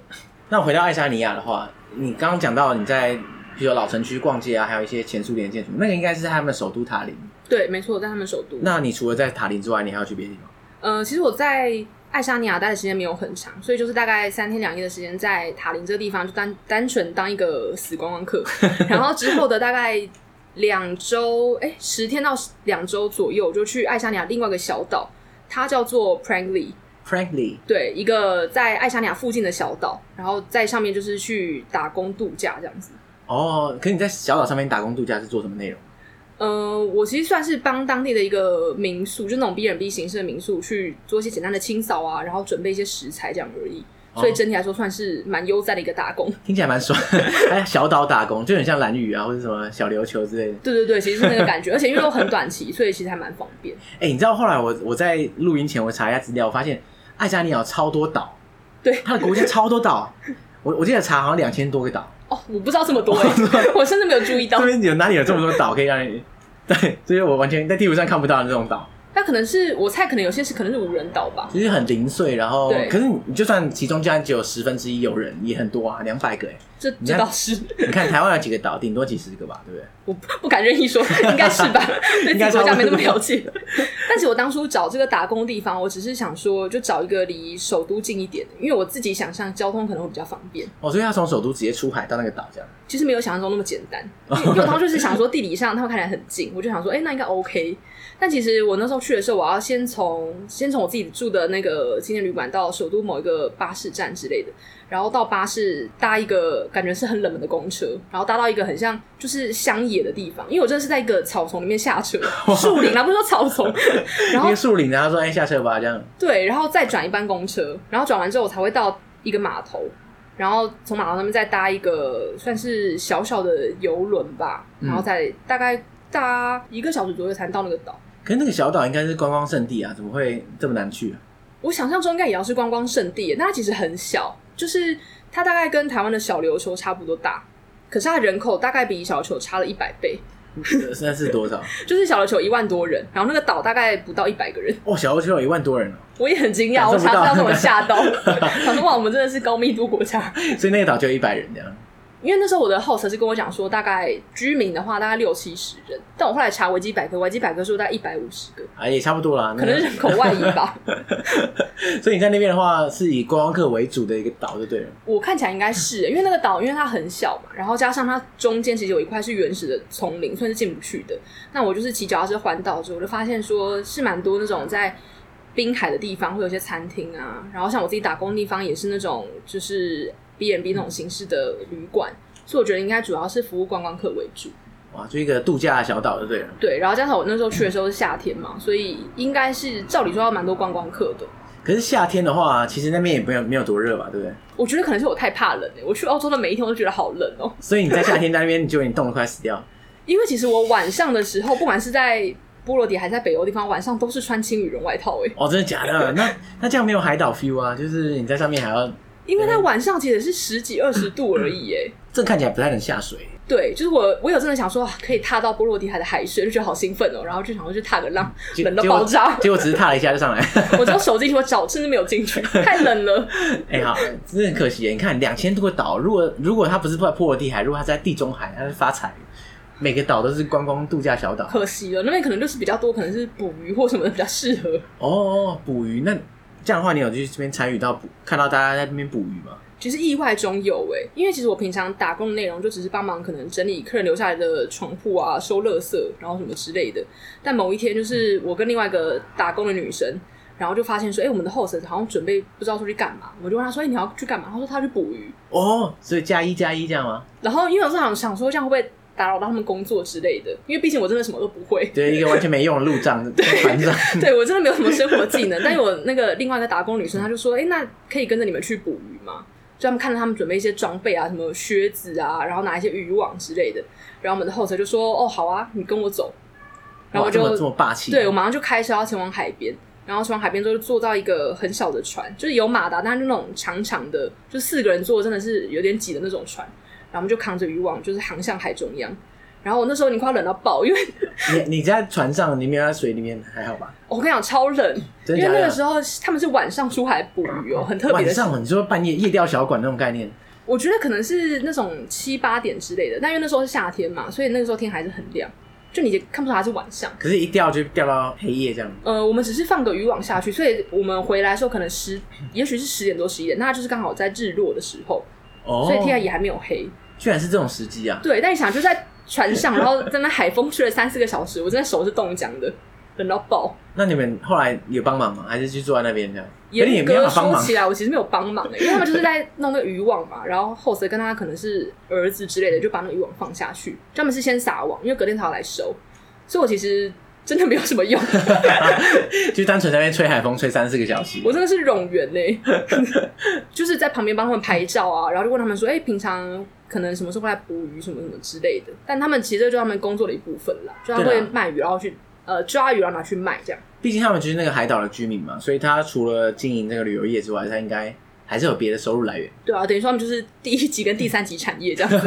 Speaker 1: 那回到爱沙尼亚的话，你刚刚讲到你在比如老城区逛街啊，还有一些前苏联建筑，那个应该是在他们的首都塔林。
Speaker 2: 对，没错，在他们首都。
Speaker 1: 那你除了在塔林之外，你还要去别的地方？
Speaker 2: 呃，其实我在爱沙尼亚待的时间没有很长，所以就是大概三天两夜的时间，在塔林这个地方就单单纯当一个死观光客，然后之后的大概两周，哎，十天到两周左右，就去爱沙尼亚另外一个小岛，它叫做 Prangli，
Speaker 1: Frankly，
Speaker 2: 对，一个在爱沙尼亚附近的小岛，然后在上面就是去打工度假这样子。
Speaker 1: 哦，可你在小岛上面打工度假是做什么内容？
Speaker 2: 呃，我其实算是帮当地的一个民宿，就是那种 B 人 B 形式的民宿，去做一些简单的清扫啊，然后准备一些食材这样而已。
Speaker 1: 哦
Speaker 2: 所以整体来说算是蛮悠哉的一个打工。
Speaker 1: 听起来蛮爽， 哎，小岛打工就很像蓝屿啊，或者什么小琉球之类的。
Speaker 2: 对对对，其实是那个感觉，而且因为都很短期，所以其实还蛮方便。
Speaker 1: 哎、你知道后来我我在录音前我查一下资料，我发现爱沙尼亚有超多岛，
Speaker 2: 对
Speaker 1: 它的国家超多 岛，我我记得查好像两千多个岛，
Speaker 2: 哦，我不知道这么 多、欸，我甚至没有注意到
Speaker 1: 这。边有哪里有这么多岛可以让你？对，这些我完全在地图上看不到的那种岛，
Speaker 2: 那可能是我猜，可能有些是可能是无人岛吧。
Speaker 1: 就是很零碎，然后
Speaker 2: 对
Speaker 1: 可是你就算其中竟然只有十分之一有人，也很多啊，两百个哎、
Speaker 2: 这
Speaker 1: 你
Speaker 2: 这
Speaker 1: 看
Speaker 2: 倒是，
Speaker 1: 你看台湾有几个岛，顶多几十个吧，对不对？
Speaker 2: 我不不敢任意说，应该是吧？对
Speaker 1: 应
Speaker 2: 自
Speaker 1: 该
Speaker 2: 己
Speaker 1: 差不多
Speaker 2: 国家没那么了解。但是我当初找这个打工的地方，我只是想说，就找一个离首都近一点的，因为我自己想象交通可能会比较方便。
Speaker 1: 哦，所以他从首都直接出海到那个岛这样。
Speaker 2: 其实没有想象中那么简单，因为我当初就是想说地理上它会看起来很近，我就想说，哎、那应该 OK。但其实我那时候去的时候，我要先从先从我自己住的那个青年旅馆到首都某一个巴士站之类的，然后到巴士搭一个感觉是很冷门的公车，然后搭到一个很像就是乡野的地方，因为我真的是在一个草丛里面下车，树林啊，不是说草丛， 然
Speaker 1: 一
Speaker 2: 后
Speaker 1: 个树林，然后说：“哎、下车吧。”这样，
Speaker 2: 对，然后再转一班公车，然后转完之后我才会到一个码头，然后从码头上面再搭一个算是小小的游轮吧，
Speaker 1: 嗯
Speaker 2: 然后再大概搭一个小时左右才到那个岛。
Speaker 1: 可是那个小岛应该是观光圣地啊，怎么会这么难去、啊？
Speaker 2: 我想象中应该也要是观光圣地耶，但它其实很小，就是它大概跟台湾的小琉球差不多大，可是它人口大概比小琉球差了一百倍，
Speaker 1: 呃现在是多少？
Speaker 2: 就是小琉球一万多人，然后那个岛大概不到一百个人，
Speaker 1: 哦，小欧洲有一万多人哦，
Speaker 2: 我也很惊讶，
Speaker 1: 感
Speaker 2: 我
Speaker 1: 受不
Speaker 2: 查
Speaker 1: 到
Speaker 2: 资料时候我吓到，想说哇，我们真的是高密度国家。
Speaker 1: 所以那个岛就一百人这样。
Speaker 2: 因为那时候我的 host 是跟我讲说，大概居民的话大概六七十人，但我后来查维基百科，维基百科说大概一百五十个，
Speaker 1: 啊，也差不多啦。那
Speaker 2: 可能是
Speaker 1: 个
Speaker 2: 人口外移吧。
Speaker 1: 所以你在那边的话，是以观光客为主的一个岛就对了。
Speaker 2: 我看起来应该是，因为那个岛因为它很小嘛，然后加上它中间其实有一块是原始的丛林，算是进不去的。那我就是骑脚踏车环岛之后，我就发现说是蛮多那种在滨海的地方会有一些餐厅啊，然后像我自己打工的地方也是那种就是 B n B 那种形式的旅馆，所以我觉得应该主要是服务观光客为主。
Speaker 1: 哇，就一个度假的小岛就对了。
Speaker 2: 对，然后加上我那时候去的时候是夏天嘛，所以应该是照理说要蛮多观光客的。
Speaker 1: 可是夏天的话，其实那边也没有没有多热吧，对不对？
Speaker 2: 我觉得可能是我太怕冷了、我去澳洲的每一天我都觉得好冷哦、
Speaker 1: 所以你在夏天在那边，你就已经冻得快死掉。
Speaker 2: 因为其实我晚上的时候，不管是在波罗的还是在北欧地方，晚上都是穿轻羽绒外套欸诶、
Speaker 1: 哦，真的假的？那那这样没有海岛 feel 啊，就是你在上面还要，
Speaker 2: 因为
Speaker 1: 嗯
Speaker 2: 它晚上其实是十几二十度而已诶、欸
Speaker 1: 这看起来不太能下水。
Speaker 2: 对，就是我，我有真的想说啊可以踏到波罗的海的海水，就觉得好兴奋哦、然后就想说去踏个浪，
Speaker 1: 嗯结
Speaker 2: 冷到爆
Speaker 1: 结
Speaker 2: 炸。
Speaker 1: 果结果只是踏了一下就上来。
Speaker 2: 我只有手进去，我脚甚至没有进去，太冷了。
Speaker 1: 哎、好，真的很可惜耶。你看，两千多个岛，如果如果它不是在波罗的海，如果它在地中海，它是发财。每个岛都是观光度假小岛。
Speaker 2: 可惜了，那边可能就是比较多，可能是捕鱼或什么的比较适合。
Speaker 1: 哦，捕鱼。那这样的话，你有去这边参与到捕，看到大家在那边捕鱼吗？
Speaker 2: 其实意外中有诶、因为其实我平常打工的内容就只是帮忙可能整理客人留下来的床铺啊、收垃圾，然后什么之类的。但某一天，就是我跟另外一个打工的女生，然后就发现说，哎、我们的 host 好像准备不知道出去干嘛，我就问她说，哎、你要去干嘛？她说她去捕鱼。
Speaker 1: 哦，所以加一加一这样 吗？
Speaker 2: 然后因为我是想想说，这样会不会打扰到他们工作之类的？因为毕竟我真的什么都不会。
Speaker 1: 对，一个完全没用的路 障，船长。
Speaker 2: 对我真的没有什么生活技能，但是我那个另外一个打工女生，她就说：“哎、那可以跟着你们去捕鱼吗？”就他们看到他们准备一些装备啊，什么靴子啊，然后拿一些渔网之类的。然后我们的后车就说：“哦，好啊，你跟我走。”然后
Speaker 1: 哇
Speaker 2: 我
Speaker 1: 这
Speaker 2: 就
Speaker 1: 么这么霸气。
Speaker 2: 对我马上就开车要前往海边，然后前往海边之后就坐到一个很小的船，就是有马达，但是就那种长长的，就四个人坐，真的是有点挤的那种船。然后我们就扛着渔网，就是航向海中央。然后我那时候已经快要冷到爆，因为
Speaker 1: 你你在船上，你没有在水里面，还好吧？
Speaker 2: 我跟你讲超冷，
Speaker 1: 真的
Speaker 2: 因为
Speaker 1: 假
Speaker 2: 那个
Speaker 1: 的？
Speaker 2: 时候他们是晚上出海捕鱼哦，很特别
Speaker 1: 晚
Speaker 2: 的事。
Speaker 1: 上，你说半夜夜钓小馆那种概念，
Speaker 2: 我觉得可能是那种七八点之类的，但因为那时候是夏天嘛，所以那个时候天还是很亮。就你看不出它是晚上。
Speaker 1: 可是，一掉就掉到黑夜这样。
Speaker 2: 呃，我们只是放个渔网下去，所以我们回来的时候可能十，也许是十点多十一点，那就是刚好在日落的时候，
Speaker 1: 哦，
Speaker 2: 所以天也还没有黑。
Speaker 1: 居然是这种时机啊！
Speaker 2: 对，但你想就在船上，然后在那海风吹了三四个小时，我真的手是冻僵的，冷到爆。
Speaker 1: 那你们后来有帮忙吗？还是去坐在那边这样？可是你也
Speaker 2: 严
Speaker 1: 没办
Speaker 2: 格
Speaker 1: 法帮
Speaker 2: 说
Speaker 1: 忙
Speaker 2: 起来，我其实没有帮忙、欸，因为他们就是在弄那个渔网嘛，然后后谁跟他可能是儿子之类的，就把那个渔网放下去。他们是先撒网，因为隔天才要来收，所以我其实真的没有什么用，
Speaker 1: 就单纯在那边吹海风，吹三四个小时。
Speaker 2: 我真的是冗员呢、 就是在旁边帮他们拍照啊，然后就问他们说，哎、平常可能什么时候会来捕鱼，什么什么之类的。但他们其实这就是他们工作的一部分啦，就他们
Speaker 1: 对啊
Speaker 2: 会
Speaker 1: 啦
Speaker 2: 卖鱼，然后去呃抓鱼，然后拿去卖这样。
Speaker 1: 毕竟他们就是那个海岛的居民嘛，所以他除了经营这个旅游业之外，他应该还是有别的收入来源，
Speaker 2: 对啊，等于说他们就是第一级跟第三级产业这样子。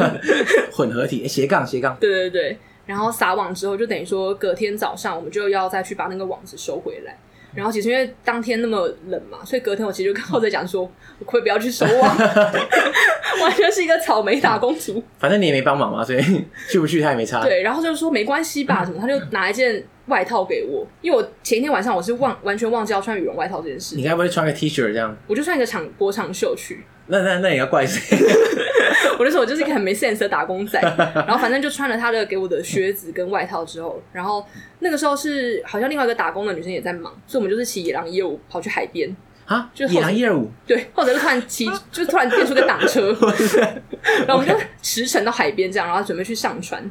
Speaker 1: 混合体、诶斜杠斜杠。
Speaker 2: 对对对，然后撒网之后，就等于说隔天早上我们就要再去把那个网子收回来。然后其实因为当天那么冷嘛，所以隔天我其实就跟浩在讲说，我可不可以不要去收网，完全是一个草莓打工族。
Speaker 1: 反正你也没帮忙嘛，所以 去不去他也没 差。，
Speaker 2: 对，然后就说没关系吧，什么，他就拿一件外套给我，因为我前一天晚上我是忘完全忘记要穿羽绒外套这件事
Speaker 1: 你，该不会穿个 T 恤这样？
Speaker 2: 我就穿一个长薄长袖去。
Speaker 1: 那那那也要怪谁？
Speaker 2: 我就说我就是一个很没 sense 的打工仔， 然后反正就穿了他的给我的靴子跟外套之后，然后那个时候是好像另外一个打工的女生也在忙，所以我们就是骑野狼业务跑去海边，
Speaker 1: 啊，
Speaker 2: 就
Speaker 1: 野狼一二五，
Speaker 2: 对，或者是突然骑， 就突然变出个挡 车，然后我们就驰骋到海边这样，然后准备去上船，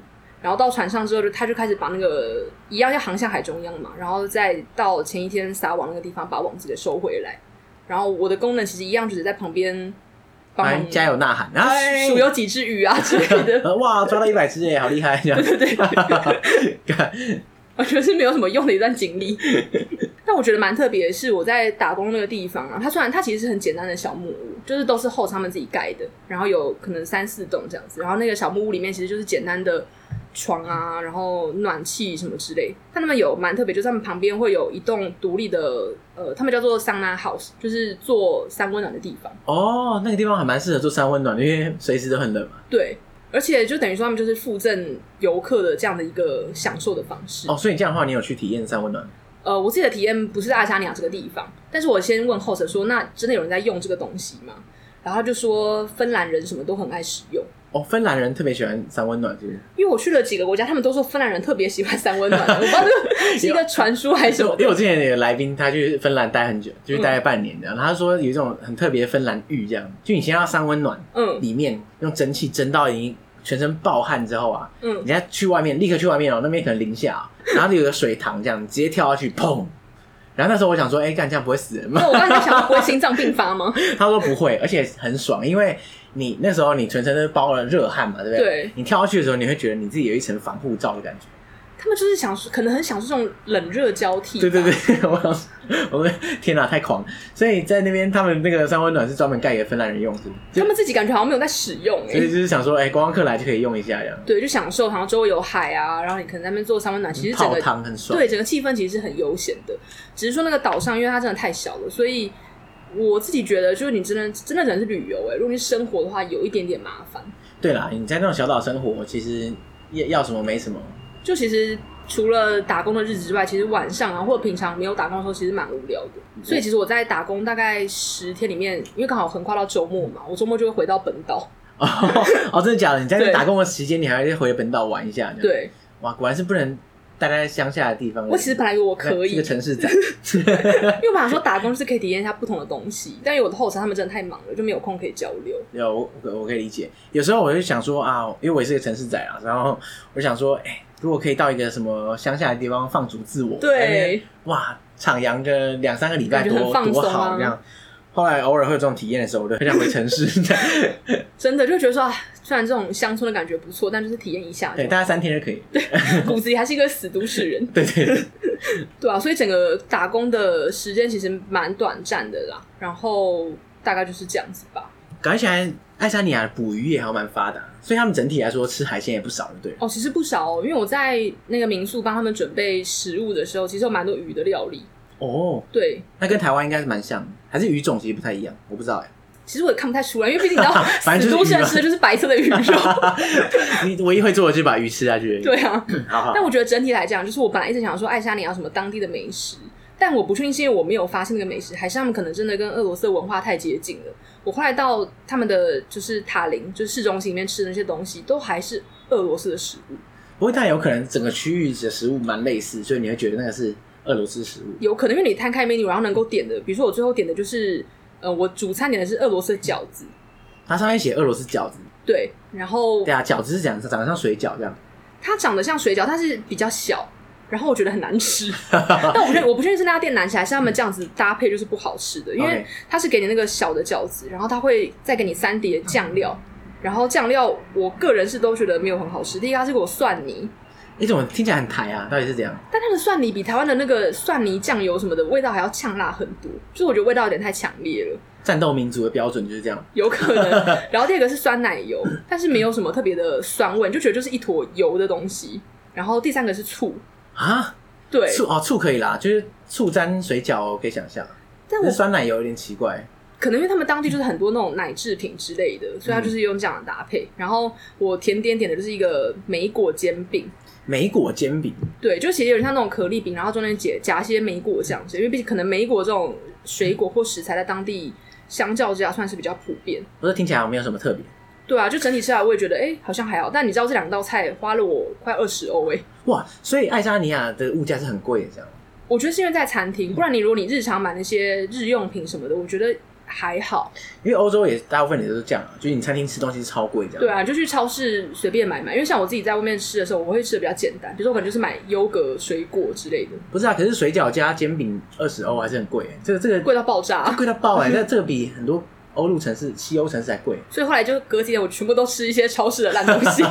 Speaker 2: 然后到船上之后就他就开始把那个一样要航向海中央嘛，然后再到前一天撒网那个地方把网子给收回来，然后我的功能其实一样，只是在旁边帮
Speaker 1: 来
Speaker 2: 忙
Speaker 1: 哎加油呐喊啊！
Speaker 2: 数有几只鱼啊之类 的，
Speaker 1: 呃哇，抓到一百只哎，好厉害！这样， 对对 对，
Speaker 2: 我觉得是没有什么用的一段经历。 但我觉得蛮特别的是，我在打工那个地方啊，它虽然它其实是很简单的小木屋，就是都是后他们自己盖的，然后有可能三四栋这样子，然后那个小木屋里面其实就是简单的床啊，然后暖气什么之类。但他们有蛮特别，就是他们旁边会有一栋独立的，呃，他们叫做桑拿 house，就是做三温暖的地方。
Speaker 1: 哦，那个地方还蛮适合做三温暖的，因为随时都很冷嘛。
Speaker 2: 对，而且就等于说他们就是附赠游客的这样的一个享受的方式。
Speaker 1: 哦，所以这样的话，你有去体验三温暖？
Speaker 2: 呃，我自己的体验不是在阿加尼亚这个地方，但是我先问后者说，那真的有人在用这个东西吗？然后他就说芬兰人什么都很爱使用，
Speaker 1: 哦，芬兰人特别喜欢三温暖，就是
Speaker 2: 因为我去了几个国家，他们都说芬兰人特别喜欢三温暖，我不知道这个是一个传说还是什
Speaker 1: 因
Speaker 2: 么
Speaker 1: 为因为我之前有来宾，他去芬兰待很久，就是待了半年这样。然后他说有一种很特别的芬兰浴，这样就你先要三温暖，
Speaker 2: 嗯
Speaker 1: 里面用蒸汽蒸到已经全身暴汗之后啊，
Speaker 2: 嗯
Speaker 1: 你，再去外面，立刻去外面哦，那边可能零下哦、然后有个水塘这样，你直接跳下去，砰！然后那时候我想说，哎、干这样不会死人吗
Speaker 2: 那？我刚才想不会心脏病发吗？
Speaker 1: 他说不会，而且很爽，因为你那时候你全身都包了热汗嘛，对不啊对？
Speaker 2: 对
Speaker 1: 你跳下去的时候，你会觉得你自己有一层防护罩的感觉。
Speaker 2: 他们就是想，可能很享受这种冷热交 替。
Speaker 1: 对对，对，我想， 我们天哪，太狂！所以在那边，他们那个三温暖是专门盖给芬兰人用的，
Speaker 2: 他们自己感觉好像没有在使用、
Speaker 1: 所以
Speaker 2: 欸，
Speaker 1: 就是想说，哎、观光客来就可以用一下这样。
Speaker 2: 对，就享受，然后周围有海啊，然后你可能在那边做三温暖，其实整
Speaker 1: 泡
Speaker 2: 个
Speaker 1: 汤很爽，
Speaker 2: 对，整个气氛其实是很悠闲的。只是说那个岛上，因为它真的太小了，所以我自己觉得，就是你真的真的只能是旅游哎、如果你生活的话，有一点点麻烦。
Speaker 1: 对啦，你在那种小岛生活，其实要要什么没什么。
Speaker 2: 就其实除了打工的日子之外，其实晚上啊或者平常没有打工的时候，其实蛮无聊的。所以其实我在打工大概十天里面，因为刚好横跨到周末嘛，我周末就会回到本岛。
Speaker 1: 哦，哦，真的假的？你在那
Speaker 2: 对
Speaker 1: 打工的时间，你还会回本岛玩一下？，
Speaker 2: 对
Speaker 1: 哇，果然是不能待在乡下的地方。
Speaker 2: 我其实本来以为我可以，
Speaker 1: 这个城 市仔，
Speaker 2: 因为我本来说打工是可以体验一下不同的东西，但有的后生他们真的太忙了，就没有空可以交流。
Speaker 1: 有我我我可以理解。有时候我就想说啊，因为我也是个城市仔啊，然后我想说，哎、如果可以到一个什么乡下的地方放逐自我，哎在那边
Speaker 2: 对，
Speaker 1: 哇，徜徉个两三个礼拜
Speaker 2: 感觉很
Speaker 1: 多
Speaker 2: 放
Speaker 1: 多
Speaker 2: 松啊
Speaker 1: 好这样。后来偶尔会有这种体验的时候，我就很想回城 市。
Speaker 2: 真的就觉得说，啊，虽然这种乡村的感觉不错，但就是体验一下，
Speaker 1: 对，大概三天就可以。
Speaker 2: 骨子里还是一个死都市 人，
Speaker 1: 对对对，
Speaker 2: 对啊，所以整个打工的时间其实蛮短暂的啦，然后大概就是这样子吧。
Speaker 1: 感觉起来爱沙尼亚的捕鱼业还蛮发达，所以他们整体来说吃海鲜也不少，对了。
Speaker 2: 哦，其实不少哦，因为我在那个民宿帮他们准备食物的时候，其实有蛮多鱼的料理。
Speaker 1: 哦，
Speaker 2: 对，
Speaker 1: 那跟台湾应该是蛮像的，还是鱼种其实不太一样，我不知道哎、
Speaker 2: 其实我也看不太出来，因为毕竟你知道
Speaker 1: ，反正
Speaker 2: 死
Speaker 1: 就
Speaker 2: 都
Speaker 1: 是鱼啊
Speaker 2: 现
Speaker 1: 嘛
Speaker 2: 吃的就是白色的 鱼肉。
Speaker 1: 你唯一会做的就是把鱼吃下去而已。
Speaker 2: 对啊，
Speaker 1: 好好
Speaker 2: 但，我觉得整体来讲，就是我本来一直想说爱沙尼亚有什么当地的美食，但我不确定是因为我没有发现那个美食，还是他们可能真的跟俄罗斯的文化太接近了。我后来到他们的就是塔林，就是市中心里面吃的那些东西，都还是俄罗斯的食物，
Speaker 1: 不过但有可能整个区域的食物蛮类似，所以你会觉得那个是俄罗斯食物。
Speaker 2: 有可能因为你摊开 menu，然后能够点的，比如说我最后点的就是，呃，我主餐点的是俄罗斯的饺子，
Speaker 1: 它上面写俄罗斯饺子，
Speaker 2: 对，然后
Speaker 1: 对啊，饺子是讲长得像水饺这样，
Speaker 2: 它长得像水饺，但是比较小，然后我觉得很 难吃。但我不确定，我不确定是那家店难吃，还是他们这样子搭配就是不好吃的，因为
Speaker 1: OK
Speaker 2: 它是给你那个小的饺子，然后它会再给你三碟酱料，然后酱料我个人是都觉得没有很好吃。第一个它是给我蒜泥，
Speaker 1: 你怎么听起来很台啊？到底是怎样？
Speaker 2: 但它的蒜泥比台湾的那个蒜泥酱油什么的味道还要呛辣很多，就是我觉得味道有点太强烈了。
Speaker 1: 战斗民族的标准就是这样。
Speaker 2: 有可能，然后第二个是酸奶油，但是没有什么特别的酸味，就觉得就是一坨油的东西。然后第三个是醋，
Speaker 1: 啊，
Speaker 2: 对，
Speaker 1: 醋哦，醋可以啦，就是醋沾水饺我可以想象，
Speaker 2: 但
Speaker 1: 可
Speaker 2: 我
Speaker 1: 是酸奶油有点奇怪。
Speaker 2: 可能因为他们当地就是很多那种奶制品之类的，所以它就是用这样的搭配。然后我甜点点的就是一个莓果煎饼，
Speaker 1: 莓果煎饼，
Speaker 2: 对，就其实有点像那种可丽饼，然后中间夹夹一些莓果酱之类，因为毕竟可能莓果这种水果或食材在当地相较之下算是比较普遍。
Speaker 1: 我说听起来没有什么特别。
Speaker 2: 对啊，就整体吃来我也觉得哎、好像还好，但你知道这两道菜花了我快二十欧哎，
Speaker 1: 哇，所以爱沙尼亚的物价是很贵的，这样。
Speaker 2: 我觉得是因为在餐厅，不然你如果你日常买那些日用品什么的，我觉得还好。
Speaker 1: 因为欧洲也大部分也都是这样啊，就是你餐厅吃东西是超贵这样。
Speaker 2: 对啊，就去超市随便买买，因为像我自己在外面吃的时候，我会吃的比较简单，比如说我可能就是买优格、水果之类的，
Speaker 1: 不是啊，可是水饺加煎饼二十欧还是很贵欸，这个这个
Speaker 2: 贵到爆炸、
Speaker 1: 贵到爆哎、那这个比很多欧陆城市、西欧城市还贵。
Speaker 2: 所以后来就隔几天，我全部都吃一些超市的烂东 西，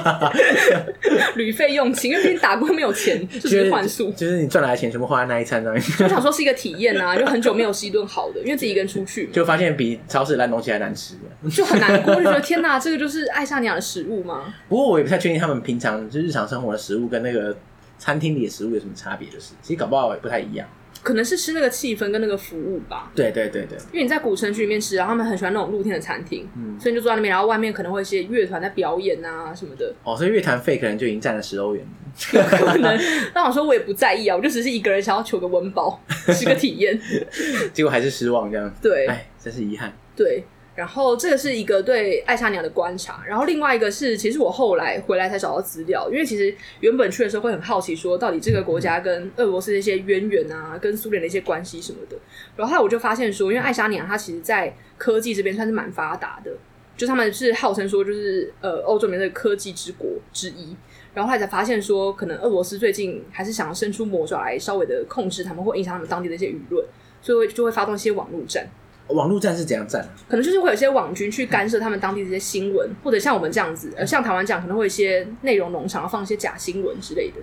Speaker 2: 旅费用清，因为毕竟打工没有 钱，就
Speaker 1: 就是是
Speaker 2: 换宿。
Speaker 1: 就是你赚来的钱全部花在那一餐上面，
Speaker 2: 我想说是一个体验 啊，就很久没有吃一顿好的，因为自己一个人出去嘛，
Speaker 1: 就发现比超市的烂东西还难吃。
Speaker 2: 就很难过，就觉得天哪，这个就是爱上你的食物吗？
Speaker 1: 不过我也不太确定他们平常就日常生活的食物跟那个餐厅里的食物有什么差别，就是其实搞不好也不太一样。
Speaker 2: 可能是吃那个气氛跟那个服务吧。
Speaker 1: 对对对对，
Speaker 2: 因为你在古城区里面吃，然后他们很喜欢那种露天的餐厅，
Speaker 1: 嗯
Speaker 2: 所以你就坐在那边，然后外面可能会有一些乐团在表演啊什么的。
Speaker 1: 哦，所以乐坛费可能就已经占了十欧元了。
Speaker 2: 可能那我说我也不在意啊，我就只是一个人想要求个温饱，是个体验。
Speaker 1: 结果还是失望这样。
Speaker 2: 对
Speaker 1: 哎，真是遗憾。
Speaker 2: 对，然后这个是一个对爱沙尼亚的观察，然后另外一个是，其实我后来回来才找到资料，因为其实原本去的时候会很好奇，说到底这个国家跟俄罗斯的一些渊源啊，跟苏联的一些关系什么的。然后后来我就发现说，因为爱沙尼亚它其实在科技这边算是蛮发达的，就他们是号称说就是呃欧洲里面的科技之国之一。然后后来才发现说，可能俄罗斯最近还是想要伸出魔爪来稍微的控制他们，或影响他们当地的一些舆论，所以会就会发动一些网络战。
Speaker 1: 网络战是怎样战啊？
Speaker 2: 可能就是会有一些网军去干涉他们当地的一些新闻，或者像我们这样子，呃，像台湾这样，可能会有一些内容农场，放一些假新闻之类的，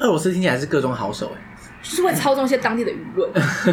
Speaker 1: 俄罗斯听起来是各种好手哎。
Speaker 2: 就是会操纵一些当地的舆论。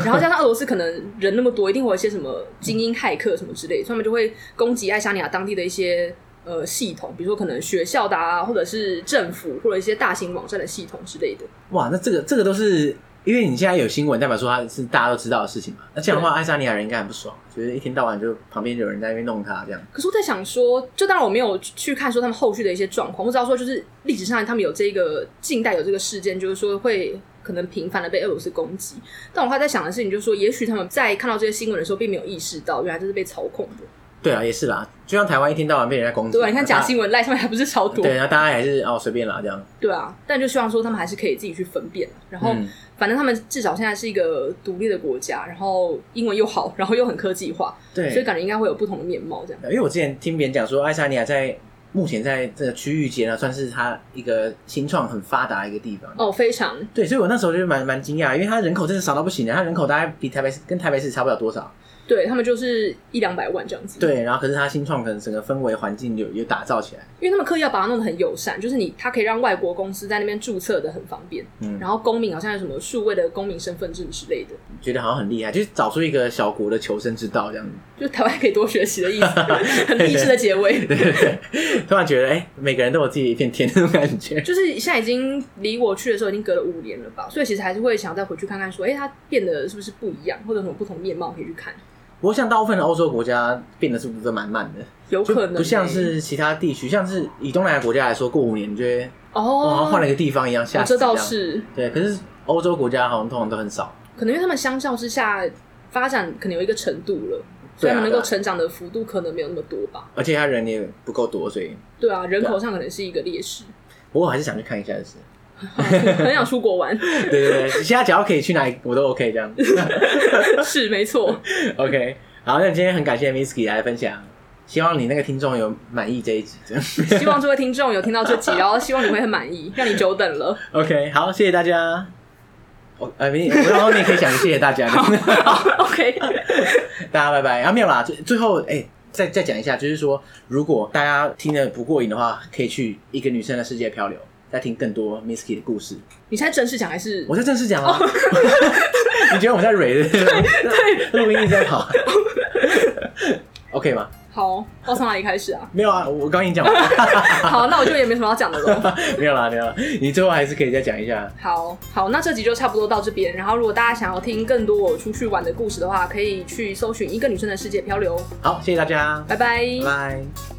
Speaker 2: 然后加上俄罗斯可能人那么多，一定会有一些什么精英骇客什么之类，所以他们就会攻击爱沙尼亚当地的一些呃系统，比如说可能学校的啊，或者是政府或者一些大型网站的系统之类的。
Speaker 1: 哇，那这个这个都是因为你现在有新闻，代表说它是大家都知道的事情嘛。那这样的话，爱沙尼亚人应该很不爽，觉得一天到晚就旁边有人在那边弄他这样。
Speaker 2: 可是我在想说，就当然我没有去看说他们后续的一些状况，我只要说就是历史上他们有这个近代有这个事件，就是说会可能频繁的被俄罗斯攻击。但我还在想的事情就是说，也许他们在看到这些新闻的时候，并没有意识到原来这是被操控的。
Speaker 1: 对啊，也是啦，就像台湾一天到晚被人家攻击，
Speaker 2: 对啊，你看假新
Speaker 1: 闻，
Speaker 2: 闻赖上面还不是超多？
Speaker 1: 对，然后大家还是哦随便啦这样。
Speaker 2: 对啊，但就希望说他们还是可以自己去分辨。啊然后，
Speaker 1: 嗯
Speaker 2: 反正他们至少现在是一个独立的国家，然后英文又好，然后又很科技化，
Speaker 1: 对，
Speaker 2: 所以感觉应该会有不同的面貌这样。
Speaker 1: 因为我之前听别人讲说，爱沙尼亚在目前在这个区域间呢，啊算是它一个新创很发达的一个地方。
Speaker 2: 哦，非常
Speaker 1: 对，所以我那时候就蛮蛮惊讶，因为它人口真的少到不行的，它人口大概比台北市跟台北市差不了多少。
Speaker 2: 对他们就是一两百万这样子。
Speaker 1: 对，然后可是它新创可能整个氛围环境有有打造起来，
Speaker 2: 因为他们刻意要把它弄得很友善，就是你它可以让外国公司在那边注册的很方便，
Speaker 1: 嗯
Speaker 2: 然后公民好像有什么数位的公民身份证之类的，
Speaker 1: 觉得好像很厉害，就是找出一个小国的求生之道这样子。
Speaker 2: 就是台湾可以多学习 的意思，很励志的结尾。
Speaker 1: 对对对， 突然觉得哎、每个人都有自己的一片天那种感觉。
Speaker 2: 就是现在已经离我去的时候已经隔了五年了吧，所以其实还是会想再回去看看，说，哎、它变得是不是不一样，或者有什么不同面貌可以去看。
Speaker 1: 不过像大部分的欧洲国家变的速度都蛮慢的，
Speaker 2: 有
Speaker 1: 就
Speaker 2: 可能欸、
Speaker 1: 不像是其他地区，像是以东南亚国家来说，过五年你就会哇好
Speaker 2: 哦
Speaker 1: 像，换了一个地方一样，
Speaker 2: 哦
Speaker 1: 下
Speaker 2: 这倒是，
Speaker 1: 对。可是欧洲国家好像通常都很少，
Speaker 2: 可能因为他们相较之下发展可能有一个程度了，所
Speaker 1: 对
Speaker 2: 以
Speaker 1: 啊
Speaker 2: 他们能
Speaker 1: 对
Speaker 2: 够
Speaker 1: 啊
Speaker 2: 成长的幅度可能没有那么多吧。
Speaker 1: 而且他人也不够多，所以
Speaker 2: 对啊，人口上可能是一个劣势。
Speaker 1: 不过我还是想去看一下，就是
Speaker 2: 啊很想出国玩，
Speaker 1: 对对对，其他只要可以去哪里我都 OK 这样 子
Speaker 2: 是没错。
Speaker 1: OK，好，那今天很感谢 Misky 来分享，希望你那个听众有满意这一集。
Speaker 2: 希望这位听众有听到这集，然后希望你会很满意，让你久等了。
Speaker 1: OK，好，谢谢大家。我呃，你我到后面可以想谢谢大家，
Speaker 2: 好，OK，
Speaker 1: 大家拜拜。啊，没有啦，最最后哎、再再讲一下，就是说，如果大家听得不过瘾的话，可以去《一个女生的世界漂流》，再听更多 Misky 的故事。
Speaker 2: 你现在正式讲还是
Speaker 1: 我在正式讲啊， 你觉得我们在蕊对对，录音一直在跑，OK 吗？
Speaker 2: 好？要从哪里开始啊？
Speaker 1: 没有啊，我刚已经讲完了，
Speaker 2: 好，那我就也没什么要讲的喽。
Speaker 1: 没有啦，没有啦，你最后还是可以再讲一下。
Speaker 2: 好好，那这集就差不多到这边。然后，如果大家想要听更多我出去玩的故事的话，可以去搜寻《一个女生的世界漂流》。
Speaker 1: 好，谢谢大家，
Speaker 2: 拜拜
Speaker 1: 拜拜